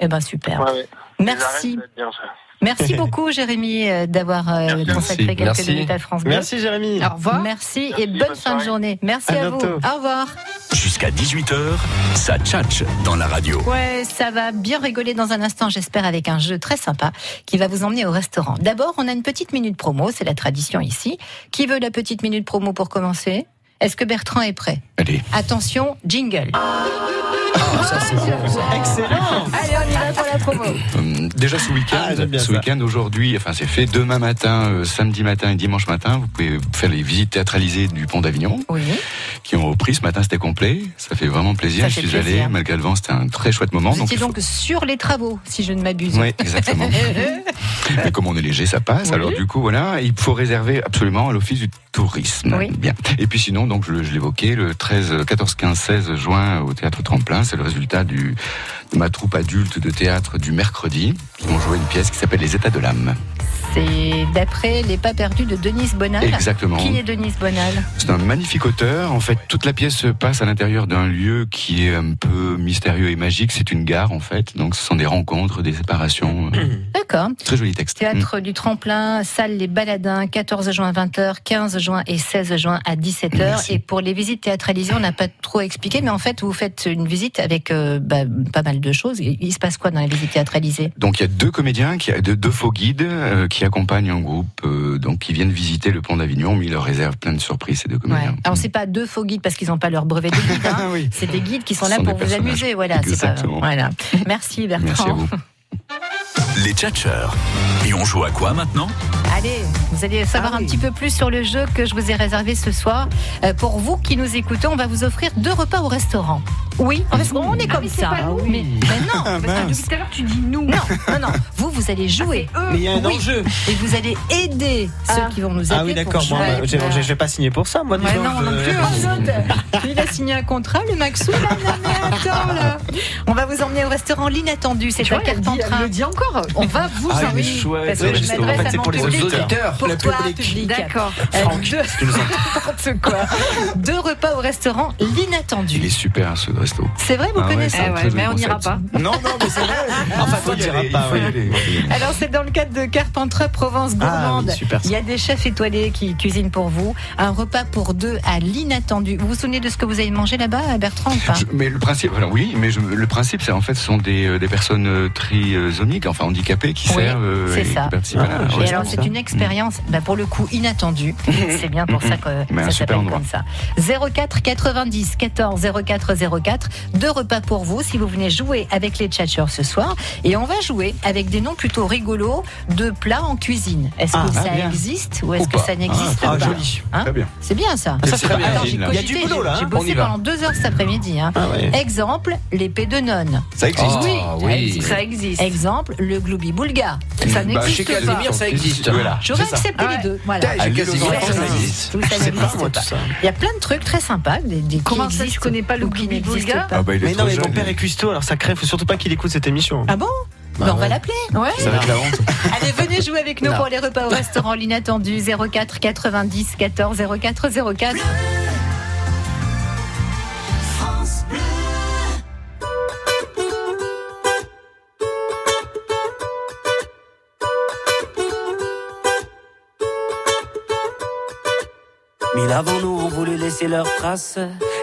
Speaker 3: Eh ben, super.
Speaker 10: Ouais, ouais.
Speaker 3: Merci.
Speaker 10: Les arènes, ça va être bien, ça.
Speaker 3: Merci beaucoup, Jérémy, euh, d'avoir euh, consacré quelques
Speaker 10: Merci.
Speaker 3: minutes à France Bleu.
Speaker 10: Merci,
Speaker 7: Jérémy.
Speaker 3: Au revoir. Merci, et bonne, fin de journée. Merci à,
Speaker 1: À
Speaker 3: vous.
Speaker 1: bientôt.
Speaker 3: Au revoir.
Speaker 1: Jusqu'à 18h, ça tchatche dans la radio.
Speaker 3: Ouais, ça va bien rigoler dans un instant, j'espère, avec un jeu très sympa qui va vous emmener au restaurant. D'abord, on a une petite minute promo, c'est la tradition ici. Qui veut la petite minute promo pour commencer Est-ce que Bertrand est prêt
Speaker 5: Allez.
Speaker 3: Attention, jingle.
Speaker 7: Excellent
Speaker 3: Allez, on y va pour la promo.
Speaker 5: Hum, Déjà ce week-end,
Speaker 3: Ah,
Speaker 5: ce week-end aujourd'hui, enfin c'est fait demain matin, euh, samedi matin et dimanche matin, vous pouvez faire les visites théâtralisées du pont d'Avignon, qui ont repris ce matin, c'était complet, ça fait vraiment plaisir.
Speaker 3: Ça
Speaker 5: Je
Speaker 3: fait
Speaker 5: suis
Speaker 3: plaisir.
Speaker 5: allé, malgré le vent, c'était un très chouette moment.
Speaker 3: Vous
Speaker 5: donc
Speaker 3: étiez
Speaker 5: il faut-
Speaker 3: donc sur les travaux, si je ne m'abuse.
Speaker 5: Oui,
Speaker 3: <laughs>
Speaker 5: exactement. Mais comme on est léger, ça passe. Alors du coup, voilà, il faut réserver absolument à l'office du tourisme.
Speaker 3: Oui.
Speaker 5: Bien. Et puis sinon, donc je, je l'évoquais, le 13, 14, 15, 16 juin au théâtre Tremplin, c'est le résultat du, de ma troupe adulte de théâtre du mercredi. Ils vont jouer une pièce qui s'appelle Les États de l'âme.
Speaker 3: C'est d'après Les Pas Perdus de Denise Bonal.
Speaker 5: Exactement.
Speaker 3: Ah, Qui est Denise Bonal
Speaker 5: C'est un magnifique auteur. En fait, toute la pièce se passe à l'intérieur d'un lieu qui est un peu mystérieux et magique. C'est une gare, en fait. Donc, ce sont des rencontres,
Speaker 3: <coughs>
Speaker 5: des séparations.
Speaker 3: D'accord.
Speaker 5: Très joli texte.
Speaker 3: Théâtre du Tremplin, salle Les Baladins, 14 juin à 20h, 15 juin et 16 juin à 17h. Et pour les visites théâtralisées, on n'a pas trop expliqué, mais en fait, vous faites une visite avec euh, bah, pas mal de choses. Il il se passe quoi dans les visites théâtralisées
Speaker 5: Donc il y a deux comédiens, qui, deux, deux faux guides euh, qui accompagnent un groupe, euh, donc qui viennent visiter le pont d'Avignon, mais ils leur réservent plein de surprises ces deux
Speaker 3: Ouais. Ah,
Speaker 5: comédiens.
Speaker 3: Alors c'est pas deux faux guides parce qu'ils n'ont pas leur brevet de guide.
Speaker 7: <laughs>
Speaker 5: Ah
Speaker 3: hein. C'est des guides qui sont
Speaker 5: Ce
Speaker 3: là
Speaker 5: sont
Speaker 3: pour
Speaker 5: des
Speaker 3: vous
Speaker 5: personnages.
Speaker 3: amuser. Voilà. c'est pas-
Speaker 1: Exactement.
Speaker 3: voilà. Merci Bertrand.
Speaker 1: Merci à vous. Les tchatcheurs. Et on joue à quoi maintenant
Speaker 3: Allez, vous allez savoir un petit peu plus sur le jeu que je vous ai réservé ce soir. Euh, pour vous qui nous écoutez, on va vous offrir deux repas au restaurant. Ah Oui, parce qu'on on est comme ça. Mais, mais <laughs> non, parce que depuis tout à l'heure tu dis nous. Non, non, Ah, non. Vous, vous allez jouer.
Speaker 7: Mais il y a un
Speaker 3: Oui.
Speaker 7: enjeu.
Speaker 3: Et vous allez aider ceux qui vont nous appeler.
Speaker 7: Ah oui,
Speaker 3: pour
Speaker 7: d'accord. Moi,
Speaker 3: jouer.
Speaker 7: bah, j'ai- j'ai- je vais pas signer pour ça, moi. dis
Speaker 3: Ouais,
Speaker 7: donc,
Speaker 3: non, non
Speaker 7: je-
Speaker 3: plus.
Speaker 7: <laughs>
Speaker 3: hein, Il a signé un contrat, le Maxou. là, non, mais attends, là. On va vous emmener au restaurant l'inattendu. C'est à Carpentras. le dit encore. On
Speaker 4: <laughs>
Speaker 3: va vous
Speaker 7: Ah, il est
Speaker 3: emmener.
Speaker 7: chouette,
Speaker 3: parce
Speaker 7: le
Speaker 3: que je
Speaker 7: restaurant.
Speaker 3: m'adresse
Speaker 7: En fait,
Speaker 3: à
Speaker 7: c'est
Speaker 3: mon
Speaker 7: pour les
Speaker 3: public.
Speaker 7: auditeurs,
Speaker 3: Pour
Speaker 7: le
Speaker 3: toi,
Speaker 7: public.
Speaker 3: public. D'accord. Euh, <laughs> N'importe quoi. Deux repas au restaurant l'inattendu.
Speaker 5: Il est super ce resto.
Speaker 3: C'est vrai, vous
Speaker 5: Ah ouais,
Speaker 3: connaissez
Speaker 5: c'est un Eh ouais, très joli mais on n'ira
Speaker 3: pas.
Speaker 5: Non, non, mais c'est vrai. Enfin, toi, tu iras pas.
Speaker 3: Alors c'est dans le cadre de Carpentras Provence
Speaker 5: Ah
Speaker 3: Gourmande.
Speaker 5: oui, super, ça.
Speaker 3: Il y a des chefs étoilés qui cuisinent pour vous. Un repas pour deux à l'inattendu. Vous vous souvenez de ce que vous avez mangé là-bas, Bertrand ou pas
Speaker 5: Je- mais le principe, alors oui, mais je- le principe, c'est en fait, ce sont des, euh, des personnes euh, trisomiques, enfin handicapées, qui
Speaker 3: Oui,
Speaker 5: servent. euh, et
Speaker 3: c'est
Speaker 5: qui
Speaker 3: ça. Ah.
Speaker 5: participent à la-
Speaker 7: Ah
Speaker 3: et
Speaker 5: au restaurant.
Speaker 3: alors, c'est une expérience,
Speaker 7: Mm.
Speaker 3: bah, pour le coup, inattendue.
Speaker 7: <laughs>
Speaker 3: c'est bien pour ça que
Speaker 5: Mais un
Speaker 3: ça
Speaker 5: super
Speaker 3: s'appelle
Speaker 5: endroit.
Speaker 3: comme ça. 04 90 14 04 04. Deux repas pour vous si vous venez jouer avec les tchatcheurs ce soir. Et on va jouer avec des noms plutôt rigolos de plats en cuisine. Est-ce que
Speaker 7: Ah,
Speaker 3: ça
Speaker 7: ah, bien.
Speaker 3: existe ou est-ce
Speaker 7: Ou
Speaker 3: que
Speaker 7: pas.
Speaker 3: ça n'existe
Speaker 7: Ah,
Speaker 3: pas
Speaker 7: joli.
Speaker 3: Hein
Speaker 7: Très bien.
Speaker 3: C'est bien ça.
Speaker 7: Ah, ça, c'est pas mal.
Speaker 3: Attends, j'ai
Speaker 7: Il y a
Speaker 3: cogité,
Speaker 7: du boulot, là,
Speaker 3: j'ai-
Speaker 7: hein.
Speaker 3: J'ai
Speaker 7: On
Speaker 3: bossé
Speaker 7: y va.
Speaker 3: pendant deux heures cet après-midi. hein.
Speaker 7: Ah ouais.
Speaker 3: Exemple, l'épée de nonne.
Speaker 7: Ça existe.
Speaker 3: Oui,
Speaker 7: Ah oui.
Speaker 3: ça existe. Exemple, le gloubi boulga. Ça
Speaker 7: Bah,
Speaker 3: n'existe
Speaker 7: chez
Speaker 3: pas.
Speaker 7: Casimir, ça existe. Voilà,
Speaker 3: J'aurais
Speaker 7: c'est ça.
Speaker 3: accepté
Speaker 7: Ah ouais.
Speaker 3: les deux. Voilà.
Speaker 7: Putain, j'ai quelques
Speaker 3: Tout
Speaker 7: enfants, ça
Speaker 3: n'existe
Speaker 7: existe.
Speaker 3: Tout
Speaker 7: Je
Speaker 3: ça
Speaker 7: sais pas,
Speaker 3: n'existe
Speaker 7: moi,
Speaker 3: pas.
Speaker 7: tout ça.
Speaker 3: Il y a plein de trucs très sympas. Des, des,
Speaker 4: Comment ça, tu connais pas le
Speaker 3: gloubi
Speaker 4: gloubi boulga
Speaker 7: Ah bah, il est mais non,
Speaker 5: trop
Speaker 7: mais mon
Speaker 5: jeune.
Speaker 7: père est cuistot, alors ça crève. Faut surtout pas qu'il écoute cette émission.
Speaker 3: Ah bon
Speaker 7: Bah
Speaker 3: Ben, on va
Speaker 7: ouais. <laughs>
Speaker 3: l'appeler. Ouais.
Speaker 7: Ça va être la honte.
Speaker 3: Allez, venez jouer avec nous
Speaker 7: Non.
Speaker 3: pour les repas au restaurant l'inattendu 04 90 14 04 04.
Speaker 15: Mille avant nous ont voulu laisser leurs traces,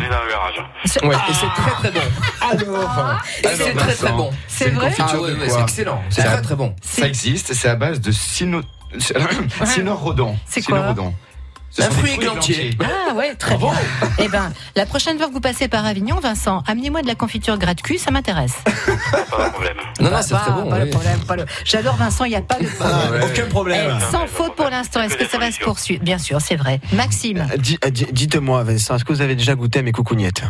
Speaker 3: C'est-
Speaker 14: Ouais, et c'est très très bon.
Speaker 5: Alors,
Speaker 14: Et c'est très très bon.
Speaker 3: C'est
Speaker 5: une
Speaker 3: vrai
Speaker 5: confiture
Speaker 14: Ah ouais,
Speaker 5: de
Speaker 14: ouais,
Speaker 5: quoi
Speaker 14: c'est excellent. C'est
Speaker 5: Ça-
Speaker 14: très très bon.
Speaker 5: Ça existe, c'est à base de sino... <clears throat> sinorodon.
Speaker 3: C'est quoi
Speaker 5: Sinorodon. Ce
Speaker 14: Un
Speaker 5: sont des
Speaker 14: fruit
Speaker 5: fruits
Speaker 14: églantier.
Speaker 5: églantiers.
Speaker 3: Ah ouais, très bien. Eh ben, la prochaine fois que vous passez par Avignon, Vincent, amenez-moi de la confiture gratte-cul, ça m'intéresse.
Speaker 14: Non, non, c'est
Speaker 3: Pas-
Speaker 14: très bon.
Speaker 3: pas le
Speaker 14: oui.
Speaker 3: problème, pas le- J'adore Vincent, il n'y a pas de problème.
Speaker 7: Ah, Aucun problème.
Speaker 3: Eh, sans faute pour l'instant, est-ce que ça va se poursuivre Bien sûr, c'est vrai. Maxime,
Speaker 7: Euh, di- euh, di- Dites-moi, Vincent, est-ce que vous avez déjà goûté à mes coucougnettes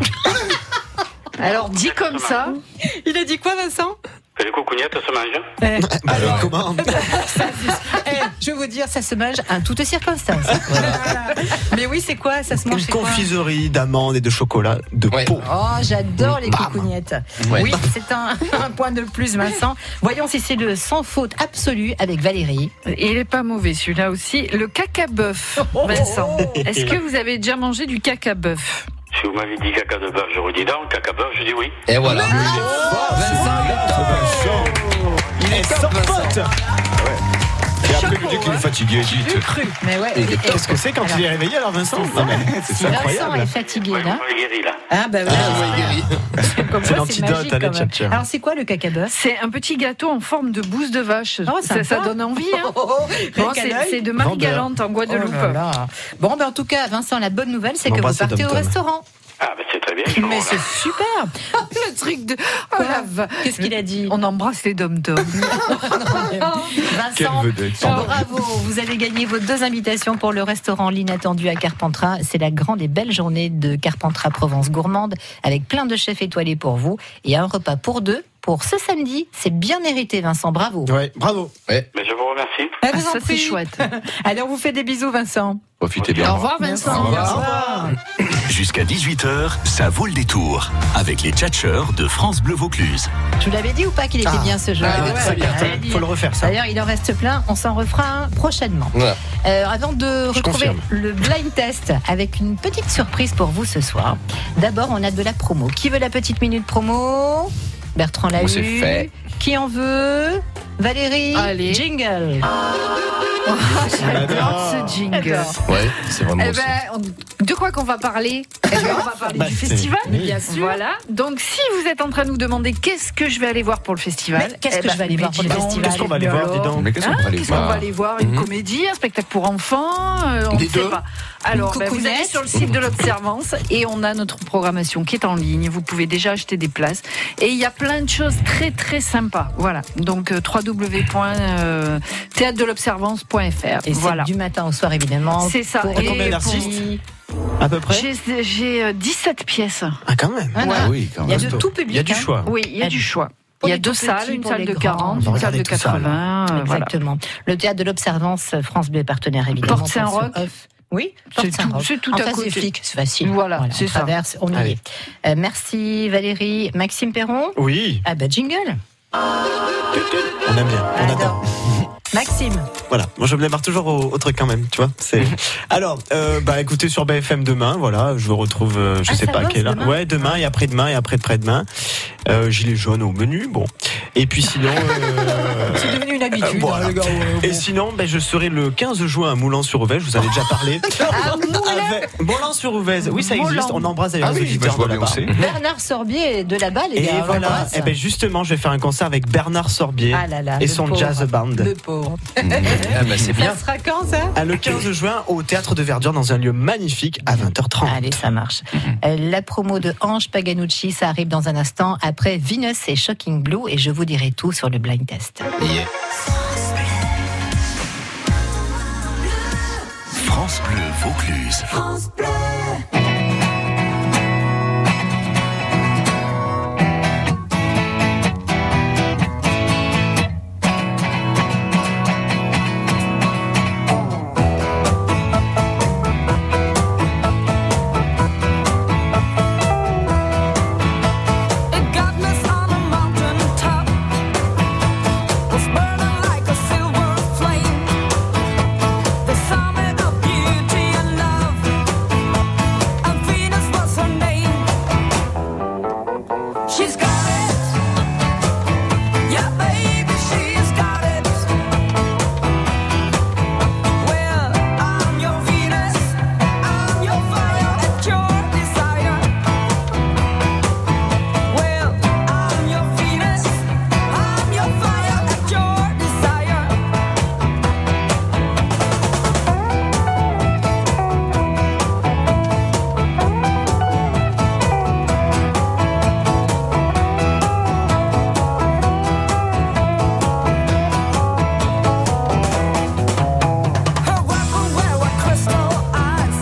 Speaker 4: Alors dit comme ça,
Speaker 3: il a dit quoi, Vincent
Speaker 10: Que les coucougnettes se mangent
Speaker 7: Alors, comment
Speaker 3: Eh, Je vais vous dire, ça se mange à toute
Speaker 14: <laughs>
Speaker 3: circonstance. Mais oui, c'est quoi Ça se mange
Speaker 7: Une
Speaker 3: c'est quoi
Speaker 7: confiserie d'amandes et de chocolat de
Speaker 14: Ouais.
Speaker 7: peau.
Speaker 3: Oh, j'adore les coucougnettes.
Speaker 14: Ouais.
Speaker 3: Oui, c'est un, <laughs> un point de plus, Vincent. Voyons si c'est le sans faute absolu avec Valérie.
Speaker 4: il est pas mauvais celui-là aussi. Le caca
Speaker 3: Oh,
Speaker 4: bœuf, Vincent. Est-ce que vous avez déjà mangé du caca bœuf
Speaker 10: Si vous m'avez dit caca de bœuf, je vous dis non. Caca bœuf, je dis oui.
Speaker 14: Et voilà. Vincent,
Speaker 7: Il est sans faute
Speaker 5: Et après, vous dites qu'il est fatigué, dites.
Speaker 3: Cru. Mais ouais.
Speaker 7: Et Qu'est-ce que c'est quand il est réveillé alors, Vincent Non, mais C'est
Speaker 3: Si Vincent est
Speaker 7: incroyable.
Speaker 3: fatigué
Speaker 10: Ouais,
Speaker 3: là.
Speaker 10: vous m'avez guéri là.
Speaker 3: Ah bah Ah. voilà, <laughs> comme
Speaker 7: C'est
Speaker 3: quoi,
Speaker 7: l'antidote
Speaker 3: magique,
Speaker 7: à
Speaker 3: quand
Speaker 7: la
Speaker 3: même.
Speaker 7: tchatcher.
Speaker 3: Alors c'est quoi le caca bœuf
Speaker 4: C'est un petit gâteau en forme de bouse de vache.
Speaker 3: Oh,
Speaker 4: ça, ça
Speaker 3: sympa.
Speaker 4: donne envie. hein.
Speaker 3: Rien
Speaker 4: Bon,
Speaker 3: qu'à
Speaker 4: c'est-
Speaker 3: l'œil.
Speaker 4: c'est de Marie-Galante en
Speaker 3: Oh là
Speaker 4: Guadeloupe.
Speaker 3: là. Bon, ben en tout cas, Vincent, la bonne nouvelle, c'est
Speaker 7: On
Speaker 3: que vous
Speaker 7: embrasse
Speaker 3: partez au
Speaker 7: Tom Tom.
Speaker 3: restaurant.
Speaker 10: Ah, ben c'est très bien. je
Speaker 3: Mais
Speaker 10: comprends,
Speaker 3: c'est
Speaker 10: là.
Speaker 3: <laughs> super.
Speaker 4: Le truc de. Oh la va-
Speaker 3: Qu'est-ce qu'il a dit
Speaker 4: On embrasse les dom-toms.
Speaker 5: Quelle
Speaker 3: Vincent, oh,
Speaker 5: vedette.
Speaker 3: bravo, vous avez gagné vos deux invitations pour le restaurant L'Inattendu à Carpentras. C'est la grande et belle journée de Carpentras Provence Gourmande avec plein de chefs étoilés pour vous et un repas pour deux pour ce samedi. C'est bien hérité, Vincent, bravo.
Speaker 7: Ouais, bravo.
Speaker 10: Mais je vous remercie.
Speaker 3: Ah, vous en
Speaker 4: Ça, c'est
Speaker 3: prie.
Speaker 4: chouette.
Speaker 3: Allez, on vous fait des bisous, Vincent.
Speaker 5: Profitez
Speaker 4: Au
Speaker 5: bien.
Speaker 4: revoir, Vincent.
Speaker 1: Jusqu'à 18h, ça vaut le détour avec les tchatcheurs de France Bleu Vaucluse.
Speaker 3: Je vous l'avais dit ou pas qu'il était
Speaker 7: Ah.
Speaker 3: bien ce jeu
Speaker 14: Ah, il est
Speaker 3: Ouais,
Speaker 14: très bien.
Speaker 3: je vous l'avais dit.
Speaker 7: Faut le refaire, ça.
Speaker 3: D'ailleurs, il en reste plein. On s'en refera un prochainement.
Speaker 14: Voilà.
Speaker 3: Euh, avant de retrouver
Speaker 7: confirme.
Speaker 3: le blind test avec une petite surprise pour vous ce soir. D'abord, on a de la promo. Qui veut la petite minute promo Bertrand l'a
Speaker 5: Moi, c'est
Speaker 3: eu.
Speaker 5: fait.
Speaker 3: Qui en veut Valérie.
Speaker 4: Allez.
Speaker 3: Jingle.
Speaker 7: Ah,
Speaker 4: J'adore ce jingle.
Speaker 3: J'adore.
Speaker 14: Ouais, c'est vraiment
Speaker 4: Eh
Speaker 14: aussi.
Speaker 4: ben, on- de quoi qu'on va parler Eh ben, On va parler
Speaker 7: Bah,
Speaker 4: du
Speaker 7: c'est-
Speaker 4: festival,
Speaker 7: oui.
Speaker 4: bien sûr. Voilà. Donc, si vous êtes en train de nous demander qu'est-ce que je vais aller voir pour le festival,
Speaker 3: Mais qu'est-ce
Speaker 4: eh
Speaker 3: que
Speaker 4: ben,
Speaker 3: je vais aller
Speaker 4: mais
Speaker 3: voir pour
Speaker 4: dis
Speaker 3: le
Speaker 4: donc,
Speaker 3: festival
Speaker 7: Qu'est-ce qu'on va aller voir, dis donc
Speaker 5: Mais qu'est-ce qu'on
Speaker 4: Hein
Speaker 5: va aller
Speaker 4: Qu'est-ce qu'on va
Speaker 5: voir
Speaker 4: aller voir Une
Speaker 14: Mhm.
Speaker 4: comédie, un spectacle pour enfants euh, On
Speaker 14: Des
Speaker 4: ne sait
Speaker 14: deux.
Speaker 4: pas. Alors,
Speaker 3: Une
Speaker 4: ben, vous allez
Speaker 3: coucounette
Speaker 4: sur le site de l'Observance et on a notre programmation qui est en ligne. Vous pouvez déjà acheter des places. Et il y a plein de choses très, très sympas. Voilà. Donc, euh, www.théâtre-de-l'observance.fr.
Speaker 3: Et c'est
Speaker 4: Voilà.
Speaker 3: du matin au soir, évidemment.
Speaker 4: C'est ça.
Speaker 3: Pour-
Speaker 4: Et
Speaker 7: combien d'artistes À peu près
Speaker 4: J'ai j'ai, euh, 17 pièces.
Speaker 7: Ah, quand même.
Speaker 3: Voilà.
Speaker 5: Ah oui, quand
Speaker 3: Il y a
Speaker 5: même.
Speaker 3: de tout public.
Speaker 7: Il y a du
Speaker 3: hein.
Speaker 7: choix.
Speaker 4: Oui, il y a
Speaker 3: Elle-
Speaker 4: du choix.
Speaker 3: Pour
Speaker 4: Il y a
Speaker 3: les
Speaker 4: deux
Speaker 3: tout petits,
Speaker 4: salles, une
Speaker 3: pour
Speaker 4: salle
Speaker 3: les
Speaker 4: de
Speaker 3: grands.
Speaker 4: 40,
Speaker 7: On va
Speaker 4: une salle de
Speaker 7: regarder tout ça,
Speaker 4: 80.
Speaker 3: Ah,
Speaker 4: euh, voilà.
Speaker 3: Exactement. Le théâtre de l'Observance, France Bleu est partenaire évidemment.
Speaker 4: Porte Saint-Roch.
Speaker 3: pour ce off. Oui,
Speaker 4: C'est
Speaker 3: Porte Saint-Roch.
Speaker 4: tout- c'est tout
Speaker 3: Enfin,
Speaker 4: à côté.
Speaker 3: C'est flic, c'est facile.
Speaker 4: Voilà, c'est
Speaker 3: on
Speaker 4: ça.
Speaker 3: traverse, on y
Speaker 7: Allez.
Speaker 3: est. Euh, merci Valérie, Maxime Perron.
Speaker 7: Oui,
Speaker 3: Ah bah jingle.
Speaker 7: on aime bien. On attend.
Speaker 3: Maxime,
Speaker 7: Voilà, moi je me démarre toujours au, au truc quand même, tu vois.
Speaker 3: <laughs>
Speaker 7: C'est... Alors, euh, bah écoutez sur BFM demain, voilà, je vous retrouve, euh, je
Speaker 3: Ah,
Speaker 7: sais
Speaker 3: ça
Speaker 7: pas à
Speaker 3: bosse
Speaker 7: quelle heure.
Speaker 3: demain
Speaker 7: Ouais, demain et après-demain et après-après-demain. Euh, gilet jaune au menu, bon. Et puis sinon. euh,
Speaker 3: <laughs> C'est devenu une habitude.
Speaker 7: euh, voilà.
Speaker 3: hein, le gars, ouais,
Speaker 7: Et
Speaker 3: bon.
Speaker 7: sinon, ben, je serai le 15 juin à Moulins-sur-Ouvèze, je vous en ai déjà
Speaker 3: <laughs>
Speaker 7: parlé.
Speaker 3: Ah,
Speaker 7: <laughs> Avec- Moulins-sur-Ouvèze, oui, ça existe, on embrasse les
Speaker 5: Ah oui, bah,
Speaker 7: auditeurs
Speaker 5: je vois
Speaker 7: de
Speaker 5: bien où
Speaker 7: là-bas.
Speaker 5: c'est.
Speaker 3: Bernard Sorbier est de la balle,
Speaker 7: Et
Speaker 3: gars, Eh on
Speaker 7: voilà,
Speaker 3: l'embrasse.
Speaker 7: et ben justement, je vais faire un concert avec Bernard Sorbier
Speaker 3: Ah là là, le
Speaker 7: et son
Speaker 3: pauvre.
Speaker 7: jazz band.
Speaker 3: Le pauvre.
Speaker 7: Ah bah, c'est bien.
Speaker 3: Ça sera quand ça
Speaker 7: Ah, le 15 juin au Théâtre de Verdure dans un lieu magnifique à 20h30.
Speaker 3: Ah, Allez, ça marche. Euh, La promo de Ange Paganucci, ça arrive dans un instant après Venus et Shocking Blue et je vous dirai tout sur le blind test.
Speaker 1: France Bleu Vaucluse. France Bleu.
Speaker 12: She's got it. Yeah, baby, she's got it. Well, I'm your Venus. I'm your fire and your desire. Well, I'm your Venus. I'm your fire and your desire. Her weapon wear were crystal eyes,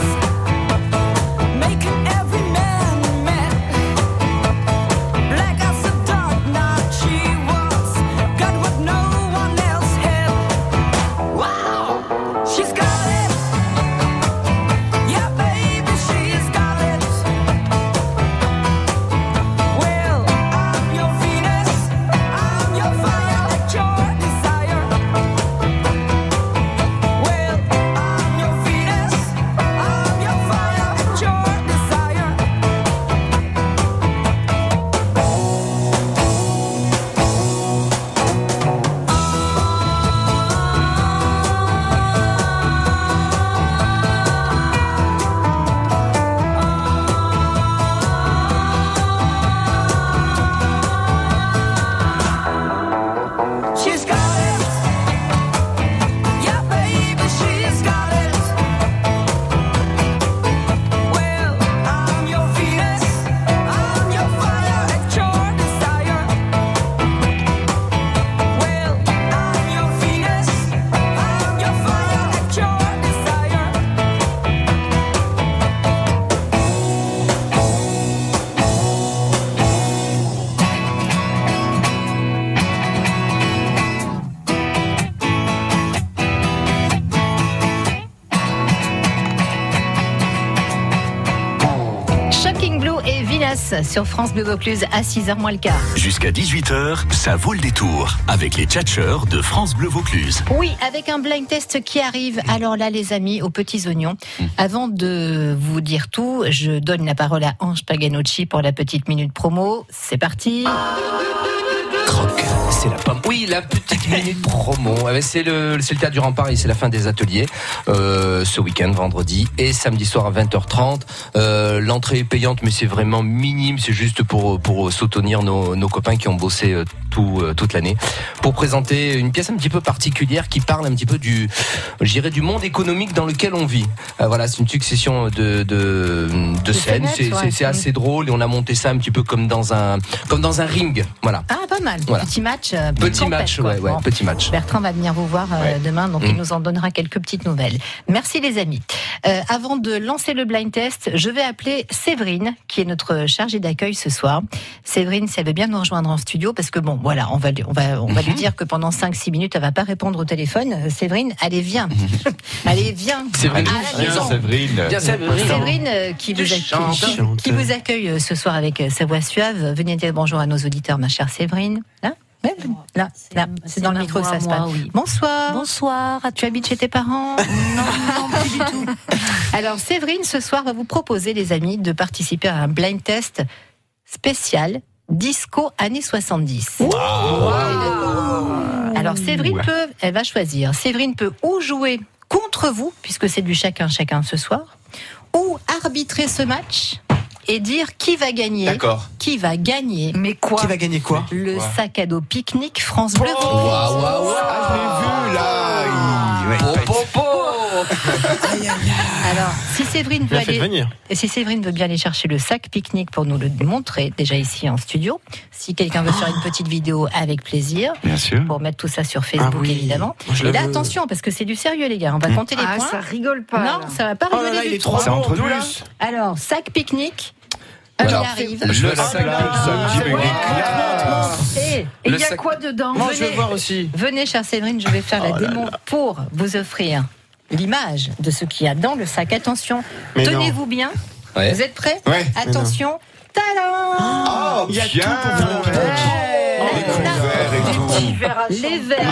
Speaker 12: making every man mad. Black as the dark night she was, got what no one else had. Wow, she's got it. Yeah, baby, she's got it. Well, I'm your Venus, I'm your fire, and your desire. Well, I'm your Venus, I'm your fire, and your desire. She's got it. Yeah, baby, she's got it. Well, I'm your Venus. I'm your fire and your desire. Well, I'm your Venus. I'm your fire and your desire.
Speaker 3: Shocking Blue et Venus sur France Bleu Vaucluse à 6h moins le quart.
Speaker 1: Jusqu'à 18h, ça vaut le détour avec les tchatcheurs de France Bleu Vaucluse.
Speaker 3: Oui, avec un blind test qui arrive. Alors là, les amis, aux petits oignons.
Speaker 6: Hmm.
Speaker 3: Avant de vous dire tout, je donne la parole à Ange Paganucci pour la petite minute promo. C'est parti.
Speaker 6: Croc, c'est la pomme. Oui, la petite minute promo. Ah ben, C'est le, c'est le théâtre du rempart et c'est la fin des ateliers euh, ce week-end, vendredi et samedi soir à 20h30. Euh, L'entrée est payante, mais c'est vraiment minime. C'est juste pour pour soutenir nos, nos copains qui ont bossé euh, tout euh, toute l'année pour présenter une pièce un petit peu particulière qui parle un petit peu du, j'irais du monde économique dans lequel on vit. Euh, voilà, c'est une succession de de, de scènes.
Speaker 3: fenêtres,
Speaker 6: C'est
Speaker 3: ouais.
Speaker 6: c'est- c'est assez drôle et on a monté ça un petit peu comme dans un comme dans un ring. Voilà.
Speaker 3: Ah, pas mal.
Speaker 6: Voilà.
Speaker 3: Petit match. euh,
Speaker 6: Petit
Speaker 3: compète,
Speaker 6: match,
Speaker 3: quoi.
Speaker 6: ouais, ouais,
Speaker 3: Bon.
Speaker 6: petit match.
Speaker 3: Bertrand va venir vous voir euh,
Speaker 6: Ouais.
Speaker 3: demain, donc il
Speaker 6: Mm.
Speaker 3: nous en donnera quelques petites nouvelles. Merci les amis. Euh, avant de lancer le blind test, je vais appeler Séverine, qui est notre chargée d'accueil ce soir. Séverine, si elle veut bien nous rejoindre en studio, parce que bon, voilà, on va, lui- on va, on va
Speaker 5: Mm-hmm.
Speaker 3: lui dire que pendant 5-6 minutes, elle va pas répondre au téléphone. Euh, Séverine, allez, viens. allez, viens.
Speaker 5: Mm-hmm. Séverine,
Speaker 3: à la
Speaker 5: viens,
Speaker 3: maison.
Speaker 5: Séverine. Viens, Séverine.
Speaker 3: Séverine, euh, qui,
Speaker 5: Tu
Speaker 3: vous accueille,
Speaker 5: chantes.
Speaker 3: qui- qui vous accueille euh, ce soir avec euh, sa voix suave. Venez dire bonjour à nos auditeurs, ma chère Séverine. Là Même Là, là, c'est dans le micro que
Speaker 16: voix
Speaker 3: ça
Speaker 16: à
Speaker 3: se
Speaker 16: moi,
Speaker 3: passe.
Speaker 16: oui.
Speaker 3: Bonsoir. Bonsoir. Tu habites chez tes <laughs> parents Non, non, plus du tout. Alors, Séverine, ce soir, va vous proposer, les amis, de participer à un blind test spécial disco années 70. Alors Séverine
Speaker 12: Ouais.
Speaker 3: peut, elle va choisir. Séverine peut ou jouer contre vous, puisque c'est du chacun chacun ce soir, ou arbitrer ce match et dire qui va gagner.
Speaker 6: D'accord.
Speaker 3: Qui va gagner Mais quoi
Speaker 7: Qui va gagner quoi
Speaker 3: Le
Speaker 7: Quoi
Speaker 3: sac à dos pique-nique France Bleu. Vaucluse. Ah,
Speaker 5: Ah,
Speaker 3: Alors, si Séverine veut
Speaker 7: Bien fait de
Speaker 3: aller,
Speaker 7: venir.
Speaker 3: et si Séverine veut bien aller chercher le sac pique-nique pour nous le montrer, déjà ici en studio. Si quelqu'un veut faire une petite vidéo, avec plaisir.
Speaker 5: Bien sûr.
Speaker 3: Pour mettre tout ça sur Facebook, évidemment.
Speaker 5: Moi, je
Speaker 3: Et
Speaker 5: la
Speaker 3: là,
Speaker 5: veux.
Speaker 3: attention, parce que c'est du sérieux, les gars. On va
Speaker 5: Mm.
Speaker 3: compter les
Speaker 4: Ah,
Speaker 3: points.
Speaker 4: ça rigole pas,
Speaker 3: Non,
Speaker 4: là.
Speaker 3: ça va pas
Speaker 4: Oh là
Speaker 3: rigoler
Speaker 4: là,
Speaker 3: du
Speaker 4: il est
Speaker 3: tout.
Speaker 4: trop C'est bon, entre
Speaker 5: nous,
Speaker 4: là.
Speaker 3: Alors, sac pique-nique. Il
Speaker 4: Alors,
Speaker 3: arrive.
Speaker 4: le
Speaker 5: Le sac
Speaker 4: Ah, ouais,
Speaker 5: Ah.
Speaker 3: Et et il
Speaker 5: Le
Speaker 3: y a
Speaker 5: sac-
Speaker 3: quoi dedans
Speaker 7: Moi, je veux voir aussi. Oh
Speaker 3: Venez, chère Séverine, je vais faire la démo pour vous offrir l'image de ce qu'il y a dans le sac. Attention,
Speaker 7: Mais non.
Speaker 3: tenez-vous bien.
Speaker 7: Ouais.
Speaker 3: Vous êtes prêts
Speaker 7: Ouais. Oh,
Speaker 3: Attention, talent
Speaker 7: Il y a tout pour vous.
Speaker 3: Les verres,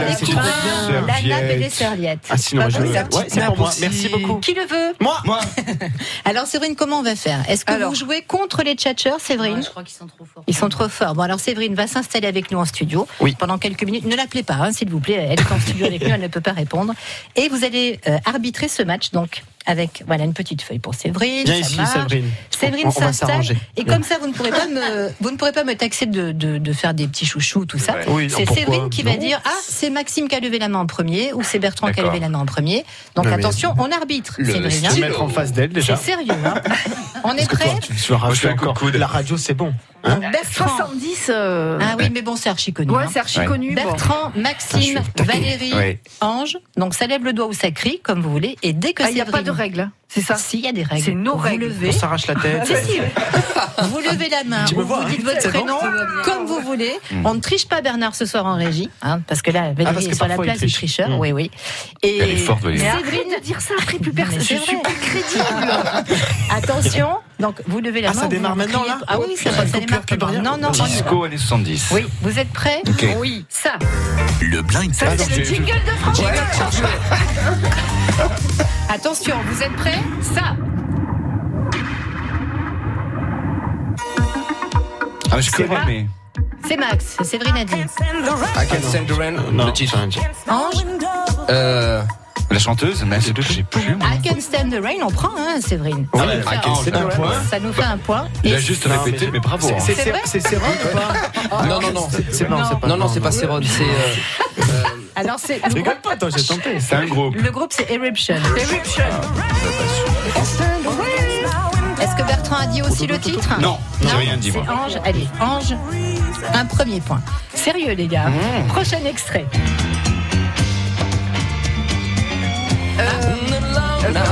Speaker 3: les couverts, la nappe et les serviettes.
Speaker 7: Ah, sinon,
Speaker 3: Pas
Speaker 7: je
Speaker 3: bon,
Speaker 7: le-
Speaker 3: Bah, ça
Speaker 7: ouais, c'est pour moi. Merci beaucoup.
Speaker 3: Qui le veut
Speaker 7: Moi Moi
Speaker 3: <laughs> Alors, Séverine, comment on va faire Est-ce que vous jouez contre les tchatchers, Séverine Je crois qu'ils sont trop forts. Ils sont trop forts. Bon, alors, Séverine va s'installer avec nous en studio pendant quelques minutes. Ne l'appelez pas, hein, s'il vous plaît. Elle est en studio
Speaker 7: <laughs>
Speaker 3: avec nous, elle ne peut pas répondre. Et vous allez euh, arbitrer ce match, donc, avec voilà, une petite feuille pour Séverine.
Speaker 7: Viens
Speaker 3: ça
Speaker 7: ici,
Speaker 3: marche.
Speaker 7: Séverine.
Speaker 3: Séverine
Speaker 7: On- on va
Speaker 3: s'installe.
Speaker 7: s'arranger.
Speaker 3: Et comme ça, vous ne pourrez pas me, <laughs> vous ne pourrez pas me taxer de, de- de faire des petits chouchous, tout ça.
Speaker 7: Ouais. Oui,
Speaker 3: c'est
Speaker 7: pourquoi
Speaker 3: Séverine qui va
Speaker 7: Non.
Speaker 3: dire Ah, c'est Maxime qui a levé la main en premier, ou c'est Bertrand qui a
Speaker 7: D'accord.
Speaker 3: levé la main en premier. Donc,
Speaker 7: Non, mais-
Speaker 3: attention, on arbitre.
Speaker 7: Le
Speaker 3: Séverine,
Speaker 7: stylo.
Speaker 3: hein.
Speaker 7: Se mettre en face d'elle, déjà.
Speaker 3: C'est sérieux.
Speaker 7: <laughs>
Speaker 3: hein. on est prêt
Speaker 7: Je le rajoute encore. La radio, c'est bon. hein
Speaker 3: Bertrand.
Speaker 4: 70.
Speaker 3: Ah oui, mais bon, c'est archi connu.
Speaker 4: Ouais,
Speaker 3: hein.
Speaker 4: c'est archi Ouais. connu, bon.
Speaker 3: Bertrand,
Speaker 4: Ah,
Speaker 3: Maxime, Valérie,
Speaker 4: Ouais.
Speaker 3: Ange. Donc ça lève le doigt ou ça crie, comme vous voulez. Et dès que
Speaker 4: Ah,
Speaker 3: c'est.
Speaker 4: il n'y a pas de règles.
Speaker 3: C'est ça Si, il y a des règles.
Speaker 4: C'est nos
Speaker 3: Vous
Speaker 4: règles.
Speaker 3: levez.
Speaker 4: On s'arrache la tête.
Speaker 3: Si, si. vous levez la main,
Speaker 4: Tu me
Speaker 3: ou
Speaker 4: vois,
Speaker 3: vous dites
Speaker 4: hein,
Speaker 3: votre
Speaker 4: c'est bon Hmm.
Speaker 3: prénom, comme vous voulez. On ne triche pas Bernard ce soir en régie, hein, parce que là, Valérie
Speaker 4: Ah, parce que
Speaker 3: est sur la
Speaker 4: parfois, il
Speaker 3: place du
Speaker 4: triche. Hmm.
Speaker 3: tricheur. Oui, oui. Et
Speaker 5: Elle est forte, Valérie.
Speaker 4: Mais
Speaker 3: Séverine-
Speaker 4: arrête de dire ça, après plus personne.
Speaker 3: Mais
Speaker 4: Je
Speaker 3: c'est
Speaker 4: suis
Speaker 3: vrai.
Speaker 4: pas crédible.
Speaker 3: <laughs> Attention, donc vous levez la
Speaker 4: Ah,
Speaker 3: main.
Speaker 4: ça
Speaker 3: vous
Speaker 4: démarre
Speaker 3: vous
Speaker 4: maintenant,
Speaker 3: criez-
Speaker 4: là
Speaker 3: Ah oui, ça, ça démarre maintenant. Non, non, on y va.
Speaker 5: Disco années 70.
Speaker 3: Oui, vous êtes prêts
Speaker 5: Ok.
Speaker 3: Oui, ça.
Speaker 5: Le blind
Speaker 3: Ça, c'est
Speaker 5: test.
Speaker 3: le jingle de France. <laughs> Attention, vous êtes prêts Ça.
Speaker 5: Ah, je
Speaker 3: C'est
Speaker 5: connais,
Speaker 3: pas-
Speaker 5: mais.
Speaker 3: C'est Max, Séverine a dit.
Speaker 6: I can send the rain, le titre.
Speaker 3: Ange,
Speaker 6: Euh,
Speaker 5: La chanteuse, mais c'est j'ai plus.
Speaker 3: I can stand the rain, on prend, hein, Séverine. Ça
Speaker 5: Ouais,
Speaker 3: nous
Speaker 5: I
Speaker 3: fait
Speaker 5: can stand the rain.
Speaker 3: Ça nous fait un point.
Speaker 5: Il
Speaker 3: Et
Speaker 5: a juste répété, mais bravo. hein.
Speaker 3: C'est vrai
Speaker 7: Sérin ou
Speaker 6: pas Non, non, non.
Speaker 7: C'est
Speaker 6: non, c'est pas, non, non, c'est pas Céron, c'est. euh,
Speaker 3: Alors, c'est le,
Speaker 7: Rigole
Speaker 3: groupe-
Speaker 7: pas, toi, j'ai tenté. C'est un groupe.
Speaker 3: le groupe, c'est Eruption. Eruption. Est-ce que Bertrand a dit aussi le titre
Speaker 5: Non, j'ai rien dit,
Speaker 3: c'est
Speaker 5: moi.
Speaker 3: Ange, allez, Ange, un premier point. Sérieux, les gars.
Speaker 5: Mmh.
Speaker 3: Prochain extrait.
Speaker 6: euh,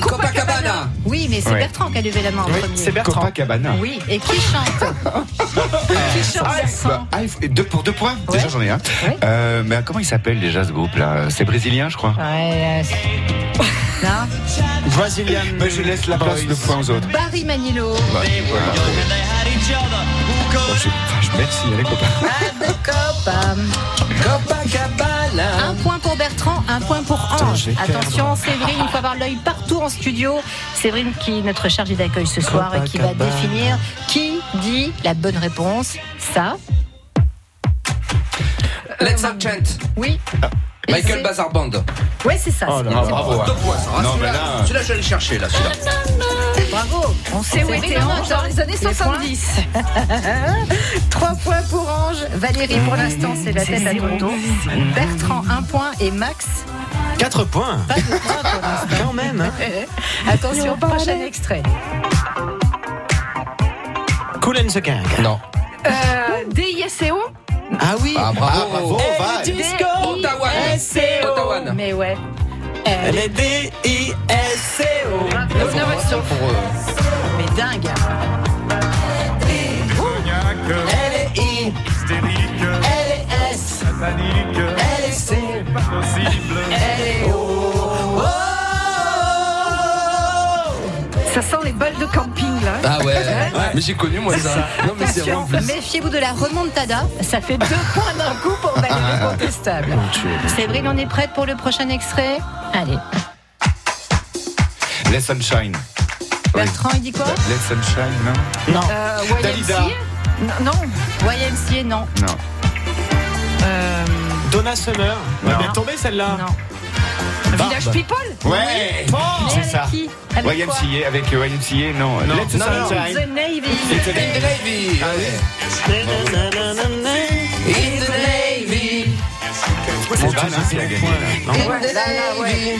Speaker 6: Copacabana.
Speaker 3: Oui, mais c'est
Speaker 5: Ouais.
Speaker 3: Bertrand qui a levé la main en premier.
Speaker 5: Copacabana.
Speaker 3: Oui, et qui chante Qui chante
Speaker 5: Ah,
Speaker 3: Bertrand
Speaker 5: bah, ah, il faut- et deux pour deux points Déjà j'en ai un. Euh, mais comment il s'appelle déjà ce groupe là C'est brésilien je crois.
Speaker 3: Ouais, euh, <laughs> non
Speaker 5: Brésilien. Mais je laisse la place de points aux autres.
Speaker 3: Barry Manilow.
Speaker 5: Bah, voilà. Oh, je- enfin, je- merci les copains.
Speaker 3: Bam. Un point pour Bertrand, un point pour Ange.
Speaker 5: je vais perdre.
Speaker 3: Attention, Séverine, il faut avoir l'œil partout en studio. Séverine, qui est notre chargée d'accueil ce soir et qui va
Speaker 4: Copacabana.
Speaker 3: définir qui dit la bonne réponse. Ça.
Speaker 6: Let's have chant.
Speaker 3: Oui.
Speaker 6: Ah. Michael Bazar Band.
Speaker 3: Ouais, c'est ça.
Speaker 6: Oh
Speaker 3: c'est-
Speaker 6: là là,
Speaker 3: c'est-
Speaker 6: bravo.
Speaker 5: <laughs>
Speaker 6: Deux points, ça. Ah,
Speaker 5: Non,
Speaker 6: celui-là,
Speaker 5: mais là-
Speaker 6: Celui-là, je vais le chercher, là, celui-là.
Speaker 3: Bravo.
Speaker 4: On sait où
Speaker 3: C'est
Speaker 4: était
Speaker 3: Séverine
Speaker 4: Ange dans les années
Speaker 3: points.
Speaker 4: 70.
Speaker 3: <laughs> Trois points pour Ange. Valérie, pour l'instant, c'est la tête à tonton. Bertrand, un point. Et Max,
Speaker 7: 4 points.
Speaker 3: pas de point pour l'instant.
Speaker 7: Quand même, hein.
Speaker 3: Attention, prochain extrait.
Speaker 7: Cool and the gang.
Speaker 6: Non.
Speaker 4: Euh,
Speaker 3: E
Speaker 4: DISCO
Speaker 7: Ah oui.
Speaker 6: Ah, bravo.
Speaker 7: Eh, dis-
Speaker 6: Ottawa. Ottawa.
Speaker 3: Mais ouais.
Speaker 7: Elle est D-I-S-C-O.
Speaker 6: Innovation. Pour eux.
Speaker 3: Mais dingue.
Speaker 12: Elle est I, elle est S, elle est C, elle est O.
Speaker 4: Ça sent les balles de camping là.
Speaker 6: Ah ouais. Mais j'ai connu, moi, ça. Non, mais c'est vrai, en
Speaker 3: Attention,
Speaker 6: plus.
Speaker 3: méfiez-vous de la remontada. Ça fait deux points d'un coup pour Valérie Contestable. Séverine, on est prête pour le prochain extrait Allez.
Speaker 5: Let Sunshine.
Speaker 3: Bertrand, il dit quoi
Speaker 5: Let Sunshine, non
Speaker 7: Non.
Speaker 4: Euh, YMCA?
Speaker 5: Dalida.
Speaker 4: Non, non.
Speaker 3: YMCA, non. Euh,
Speaker 5: Non.
Speaker 7: Donna Summer. Elle va
Speaker 3: Non.
Speaker 7: bien tomber celle-là. Oh, Barbe.
Speaker 3: Village People
Speaker 5: Ouais,
Speaker 3: Oui.
Speaker 5: bon,
Speaker 3: Mais
Speaker 5: c'est
Speaker 3: avec
Speaker 5: ça.
Speaker 3: qui Avec quoi
Speaker 5: YMCA, avec euh, YMCA, non.
Speaker 7: Non.
Speaker 5: Let's
Speaker 7: Non, non,
Speaker 5: Sunshine.
Speaker 3: The Navy.
Speaker 5: It's a bit the Navy.
Speaker 12: In the Navy.
Speaker 5: Mon Dieu, c'est la gagnée, là.
Speaker 3: Et voilà, là, ouais.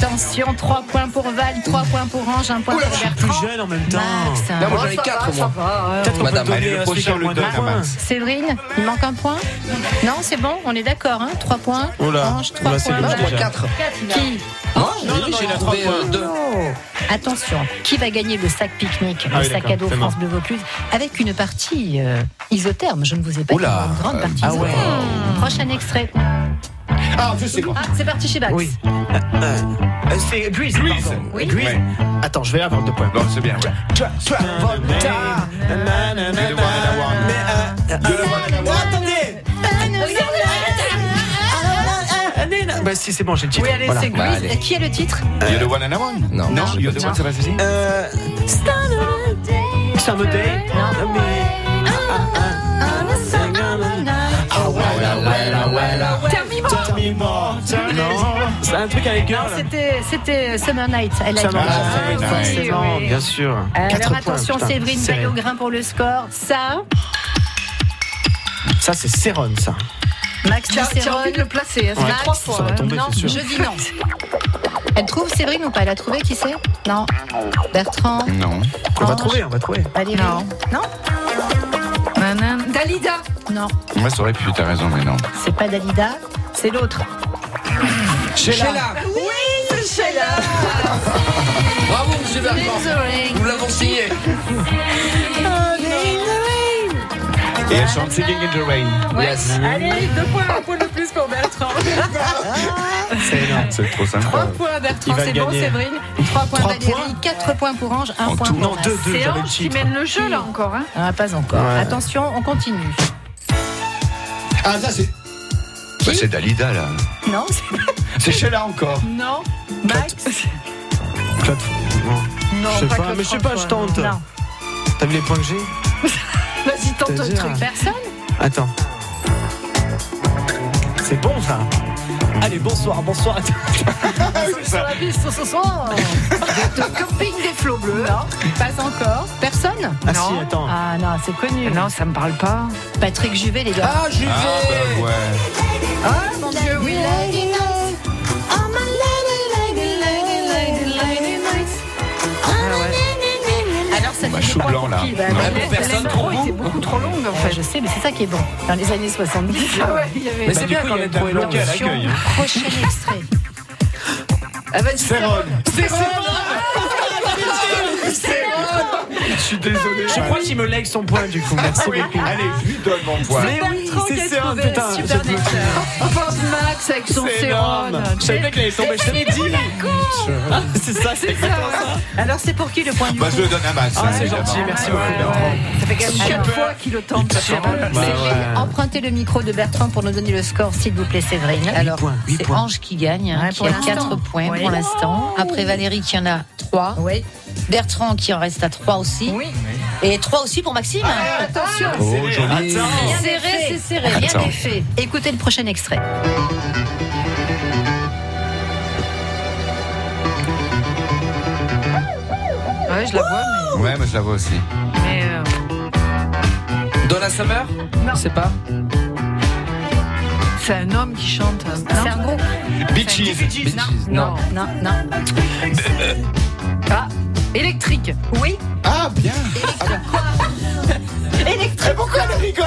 Speaker 3: Attention, 3 points pour Val, 3 points pour Ange, 1 point pour Bertrand.
Speaker 7: Plus jeune en même temps.
Speaker 3: Max, hein.
Speaker 6: Non, moi, j'en ai
Speaker 3: Oh, ça
Speaker 6: quatre,
Speaker 3: va,
Speaker 6: moi.
Speaker 3: ça va, ouais.
Speaker 7: Peut-être qu'on peut
Speaker 6: Madame, allez,
Speaker 7: donner
Speaker 6: le
Speaker 7: un truc
Speaker 6: prochain,
Speaker 7: à
Speaker 6: on le
Speaker 7: moins de
Speaker 6: donne à
Speaker 7: points.
Speaker 6: Max.
Speaker 3: Séverine, il manque un point Non, c'est bon, on est d'accord, hein 3 points.
Speaker 7: Oula,
Speaker 3: Ange, 3
Speaker 7: oula, c'est
Speaker 3: points.
Speaker 7: lourd,
Speaker 3: Val.
Speaker 7: déjà.
Speaker 6: Quatre.
Speaker 3: Qui
Speaker 6: Non, non, non,
Speaker 7: j'ai
Speaker 6: j'ai
Speaker 7: la
Speaker 6: trouvé
Speaker 7: trois
Speaker 6: euh,
Speaker 7: points.
Speaker 6: deux.
Speaker 3: Attention, qui va gagner le sac pique-nique, le
Speaker 7: Ah oui,
Speaker 3: sac
Speaker 7: d'accord,
Speaker 3: à dos
Speaker 7: c'est
Speaker 3: France
Speaker 7: bon.
Speaker 3: Bleu Vaucluse, avec une partie euh, isotherme Je ne vous ai pas dit
Speaker 6: Oula,
Speaker 3: une grande partie
Speaker 6: ah ouais.
Speaker 3: isotherme. Prochain extrait.
Speaker 7: Ah, je sais quoi.
Speaker 3: Ah, c'est parti chez Bax.
Speaker 7: Oui. Euh, C'est Grease. pardon.
Speaker 3: Oui.
Speaker 7: Grease.
Speaker 5: Ouais.
Speaker 7: Attends, je vais avoir deux points.
Speaker 5: Non, c'est bien, ouais.
Speaker 7: Tra- Travolta. Na, na, na,
Speaker 5: You're the one and I want.
Speaker 7: na, na.
Speaker 5: You're the one and I want.
Speaker 7: Attendez. Bah si, c'est bon, j'ai le titre.
Speaker 3: Oui, allez,
Speaker 7: Voilà.
Speaker 3: c'est
Speaker 6: Bah,
Speaker 3: Grease.
Speaker 6: allez.
Speaker 3: Qui est le titre
Speaker 5: You're the one and I want.
Speaker 6: Non.
Speaker 5: Non,
Speaker 3: Non.
Speaker 5: You're the one,
Speaker 3: Non.
Speaker 5: c'est pas ceci
Speaker 7: Euh, Summer Day.
Speaker 3: Non.
Speaker 7: Mais- Ah, ah, ah, voilà, voilà, voilà.
Speaker 3: Tell me more.
Speaker 7: Tell me more, tell me more. C'est un truc avec
Speaker 3: Non,
Speaker 7: girl.
Speaker 3: c'était- C'était euh, Summer Night. Elle a
Speaker 7: Summer
Speaker 3: gagné.
Speaker 7: Night,
Speaker 3: Ah, oui,
Speaker 7: forcément,
Speaker 3: oui.
Speaker 7: bien sûr. Quatre
Speaker 3: Euh, Alors
Speaker 7: points,
Speaker 3: attention,
Speaker 7: putain,
Speaker 3: Séverine
Speaker 7: serré.
Speaker 3: Séverine au grain pour le score. Ça,
Speaker 7: Ça, c'est Céron, ça.
Speaker 3: Max
Speaker 4: Tiens,
Speaker 3: Cicéron.
Speaker 4: tiens, envie de le placer. hein, c'est
Speaker 7: Ouais,
Speaker 4: Max.
Speaker 7: trois fois, Ça va hein. tomber,
Speaker 4: Non,
Speaker 7: c'est sûr.
Speaker 4: je dis non.
Speaker 3: Elle trouve Séverine ou pas Elle a trouvé qui c'est Non. Bertrand
Speaker 5: Non.
Speaker 7: On va
Speaker 3: Ange.
Speaker 7: trouver, on va trouver.
Speaker 3: Valérie
Speaker 4: Non.
Speaker 3: Non
Speaker 4: Manan.
Speaker 3: Dalida Non,
Speaker 5: Moi, ça aurait pu, t'as raison, mais non.
Speaker 3: c'est pas Dalida, c'est l'autre.
Speaker 6: Sheila.
Speaker 3: Oui, c'est Sheila
Speaker 6: Bravo, monsieur Bertrand.
Speaker 3: Désolée.
Speaker 6: Nous l'avons signé.
Speaker 5: Et elle chante Singing in the Rain.
Speaker 6: Yes.
Speaker 3: Allez, deux points, un point de plus pour Bertrand.
Speaker 7: C'est énorme.
Speaker 5: C'est trop
Speaker 3: Trois
Speaker 5: sympa.
Speaker 3: points
Speaker 7: Il
Speaker 3: Bertrand,
Speaker 7: va
Speaker 3: c'est bon
Speaker 7: gagner.
Speaker 3: Séverine. Trois points
Speaker 7: Trois
Speaker 3: Valérie,
Speaker 7: points
Speaker 3: quatre points pour Ange, un
Speaker 5: En
Speaker 3: point
Speaker 5: tout.
Speaker 3: pour
Speaker 7: Non,
Speaker 3: Max.
Speaker 7: deux, deux,
Speaker 4: C'est
Speaker 7: j'avais le
Speaker 4: Ange qui
Speaker 7: titre.
Speaker 4: mène le jeu là encore. Hein.
Speaker 3: Ah, pas encore.
Speaker 7: Ouais.
Speaker 3: Attention, on continue.
Speaker 5: Ah, ça, c'est. Bah, c'est Dalida, là.
Speaker 3: Non, c'est-
Speaker 5: C'est Sheila encore.
Speaker 4: Non. Max.
Speaker 7: Claude- non.
Speaker 4: Non,
Speaker 7: Je sais pas,
Speaker 4: Claude
Speaker 7: mais je sais pas, je
Speaker 4: François,
Speaker 7: tente.
Speaker 4: non.
Speaker 7: T'as vu les points que j'ai
Speaker 4: Vas-y, tente
Speaker 7: T'as
Speaker 4: un
Speaker 7: dit,
Speaker 4: truc.
Speaker 7: hein.
Speaker 4: Personne
Speaker 7: Attends. C'est bon, ça. Allez, bonsoir, bonsoir.
Speaker 3: sur la piste ce soir.
Speaker 4: De camping des flots bleus.
Speaker 3: Non, pas encore. Personne
Speaker 7: Ah si, attends.
Speaker 3: Ah non, c'est connu.
Speaker 4: Non, ça me parle pas.
Speaker 3: Patrick Juvet, les gars.
Speaker 6: Ah, Juvet.
Speaker 5: Ah, bah ouais.
Speaker 3: Ah, mon Dieu, oui. Ah, Alors, ça
Speaker 5: Bah,
Speaker 3: fait
Speaker 5: chou
Speaker 3: trois
Speaker 5: blanc,
Speaker 3: pour
Speaker 5: là.
Speaker 3: qui Bah,
Speaker 5: Non.
Speaker 3: la-
Speaker 6: Pour personne,
Speaker 3: la- la-
Speaker 6: pour vous.
Speaker 3: c'est beaucoup trop longue, en fait. Je sais, mais c'est ça qui est bon. Dans les années 70. il y avait...
Speaker 6: Mais c'est bien quand
Speaker 7: il y a
Speaker 6: même
Speaker 7: de la
Speaker 6: trouvé l'autre.
Speaker 7: bloquée à l'accueil. hein.
Speaker 3: Prochain extrait.
Speaker 4: Ah, vas-y,
Speaker 5: Céron.
Speaker 4: C'est bon.
Speaker 5: Je suis désolé.
Speaker 7: Je crois qu'il me lègue son point, du coup. Merci
Speaker 5: Oui,
Speaker 7: beaucoup.
Speaker 5: allez, je lui donne mon point.
Speaker 7: Mais oui,
Speaker 4: Bertrand qui
Speaker 7: c'est
Speaker 4: a
Speaker 7: Céron,
Speaker 4: trouvé,
Speaker 7: putain.
Speaker 4: super
Speaker 7: je-
Speaker 4: déter. Pauvre Max avec son
Speaker 7: C'est
Speaker 4: sérum.
Speaker 7: énorme. Je savais pas qu'il allait tomber, je te l'ai dit. Ah, C'est ça, c'est exactement ça.
Speaker 3: Alors, c'est pour qui le point du
Speaker 5: Bah, je
Speaker 3: coup
Speaker 5: le donne à Max.
Speaker 7: Ah,
Speaker 5: hein,
Speaker 7: c'est
Speaker 5: évidemment.
Speaker 7: gentil, merci
Speaker 4: Ouais,
Speaker 7: beaucoup. Bertrand.
Speaker 4: ouais. Ça fait quand même chaque
Speaker 7: Super.
Speaker 4: fois qu'il le tente. ta parole.
Speaker 3: Séverine, empruntez le micro de Bertrand pour nous donner le score, s'il vous plaît, Séverine. Alors,
Speaker 7: points, huit
Speaker 3: c'est
Speaker 7: points.
Speaker 3: Ange qui gagne, hein,
Speaker 4: Ouais,
Speaker 3: qui
Speaker 4: pour
Speaker 3: a
Speaker 4: l'instant.
Speaker 3: 4 points
Speaker 4: Ouais.
Speaker 3: pour l'instant. Après Valérie qui en a 3.
Speaker 4: Oui.
Speaker 3: Bertrand qui en reste à 3 aussi.
Speaker 4: Oui.
Speaker 3: Et 3 aussi pour Maxime.
Speaker 4: Attention.
Speaker 5: Oh, joli.
Speaker 3: Rien
Speaker 4: C'est
Speaker 3: n'est
Speaker 4: serré,
Speaker 3: fait.
Speaker 4: c'est serré.
Speaker 3: Rien
Speaker 5: Attends.
Speaker 3: n'est fait. Écoutez le prochain extrait.
Speaker 4: Ouais, je la vois,
Speaker 5: Ouais, mais je la vois aussi.
Speaker 4: mais. mais, euh,
Speaker 6: Donna Summer Non. C'est pas
Speaker 4: C'est un homme qui chante. hein.
Speaker 3: C'est un groupe.
Speaker 5: Bitches.
Speaker 6: Bitches.
Speaker 4: Non.
Speaker 6: Non.
Speaker 3: Non, non.
Speaker 4: Ah, électrique.
Speaker 3: Oui.
Speaker 5: Ah, bien.
Speaker 3: Électrique.
Speaker 5: Pourquoi elle rigole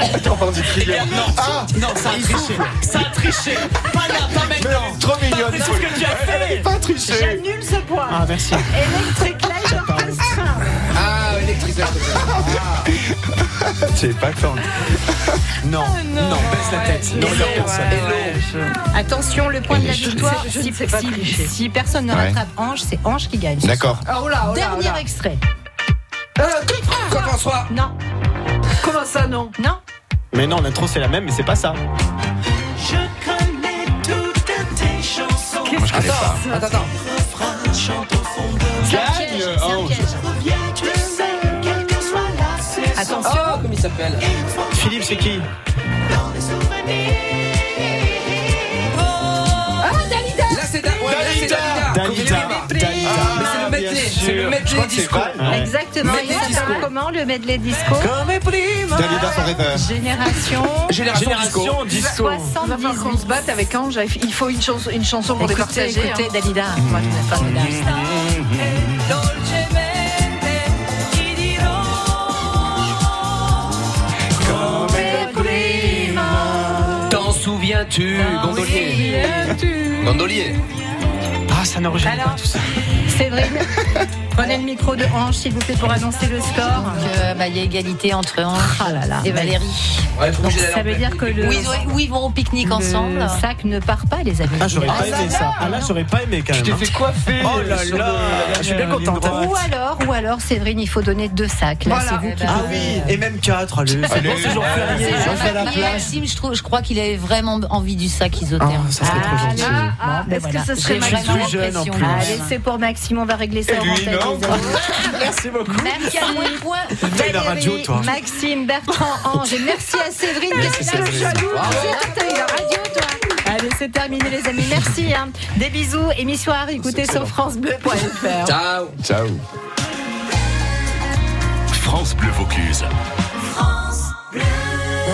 Speaker 5: Attends, pardon, c'est bien. Ah,
Speaker 6: Non, ça a triché. Ça a triché. Pas là, pas
Speaker 5: mais elle est trop mignonne.
Speaker 6: C'est ce que tu as fait.
Speaker 5: Elle n'avait pas triché.
Speaker 3: J'annule ce point.
Speaker 7: Ah, merci.
Speaker 3: Électrique Light Orchestra.
Speaker 6: Ah, électrique.
Speaker 5: C'est pas tant.
Speaker 7: Non, non, baisse la tête. Non, il y a personne.
Speaker 3: Attention, le point de la
Speaker 5: Électrique.
Speaker 3: victoire.
Speaker 4: Je
Speaker 3: Si,
Speaker 4: ne sais pas
Speaker 3: si-
Speaker 4: tricher.
Speaker 3: si personne ne
Speaker 5: Ouais.
Speaker 3: rattrape Ange, c'est Ange qui gagne.
Speaker 5: D'accord.
Speaker 4: Oh là, oh là, oh
Speaker 3: Dernier
Speaker 4: là. Euh,
Speaker 3: extrait.
Speaker 6: Quoi qu'en soit.
Speaker 3: Non,
Speaker 7: Oh,
Speaker 4: Comment ça, non
Speaker 3: non.
Speaker 7: Mais non, l'intro c'est la même, mais c'est pas ça.
Speaker 5: Moi, je connais pas.
Speaker 6: Attends, attends, attends.
Speaker 3: C'est un piège. c'est un piège.
Speaker 6: Oh, comme il s'appelle. s'appelle
Speaker 7: Philippe, c'est qui
Speaker 12: Ah, Dalida
Speaker 6: Là, c'est Da- ouais, là, c'est Dalida. Ah,
Speaker 7: Dalida.
Speaker 6: Mais c'est le medley, c'est le medley disco.
Speaker 4: Ah
Speaker 3: Exactement, il
Speaker 6: Medley disco.
Speaker 3: s'appelle comment le medley disco
Speaker 7: Dalida Forever.
Speaker 4: Génération.
Speaker 7: Génération Génération disco. disco.
Speaker 4: Il va falloir qu'on se batte avec Ange. Il faut une chanson, une chanson pour les
Speaker 3: Écoutez,
Speaker 4: partager. hein.
Speaker 3: écoutez, Dalida.
Speaker 7: Mhm.
Speaker 6: T'en souviens-tu, gondolier Gondolier
Speaker 7: Ah, ça n'enregistre pas tout ça.
Speaker 3: Séverine, prenez le micro de Ange, s'il vous plaît, pour annoncer le score.
Speaker 16: Euh, bah, Il y a égalité entre Ange
Speaker 4: Ah
Speaker 16: et Valérie.
Speaker 6: Ouais, faut
Speaker 16: Donc,
Speaker 6: bouger la
Speaker 16: ça veut
Speaker 6: lanterne.
Speaker 16: dire que le.
Speaker 3: Oui, oui,
Speaker 16: ils vont au pique-nique
Speaker 3: ensemble.
Speaker 16: Le sac ne part pas, les amis.
Speaker 7: Ah, j'aurais pas aimé ça. Ah là, j'aurais pas aimé quand même.
Speaker 6: Tu t'es
Speaker 7: hein.
Speaker 6: fait coiffer
Speaker 7: Oh là
Speaker 6: sur
Speaker 7: là,
Speaker 6: le-
Speaker 7: je suis bien
Speaker 6: la ligne
Speaker 7: contente. hein.
Speaker 6: droite.
Speaker 16: Ou alors, ou alors, Séverine, il faut donner deux sacs. Là, c'est vous qui
Speaker 7: Ah
Speaker 16: devez-
Speaker 7: oui, et même 4, allez. C'est bon, c'est jour férié,
Speaker 16: C'est
Speaker 7: j'en fais à la
Speaker 16: Jean-Marc
Speaker 7: place.
Speaker 16: Maxime, je, trouve, je crois qu'il avait vraiment envie du sac isotherme.
Speaker 7: Ah, ça serait trop gentil.
Speaker 16: Ah,
Speaker 3: Est-ce que ce serait
Speaker 16: J'ai vraiment
Speaker 3: Maxime
Speaker 16: l'impression.
Speaker 3: Allez, c'est pour Maxime, on va régler ça
Speaker 16: Et
Speaker 3: en
Speaker 16: lui,
Speaker 3: antenne,
Speaker 16: non.
Speaker 3: les amis.
Speaker 7: <laughs> Merci beaucoup.
Speaker 16: Merci à moi. Point.
Speaker 7: T'as la radio, toi.
Speaker 3: Maxime, Bertrand, Ange et merci à Séverine
Speaker 7: Merci,
Speaker 3: qui était là, le
Speaker 7: Séverine.
Speaker 3: jaloux.
Speaker 7: Bravo.
Speaker 3: Ah, t'as eu la radio, toi. Allez, c'est terminé, les amis. Merci. hein. Des bisous. Émission à réécouter sur FranceBleu.fr.
Speaker 6: Ciao
Speaker 5: Ciao.
Speaker 1: France Bleu Vaucluse.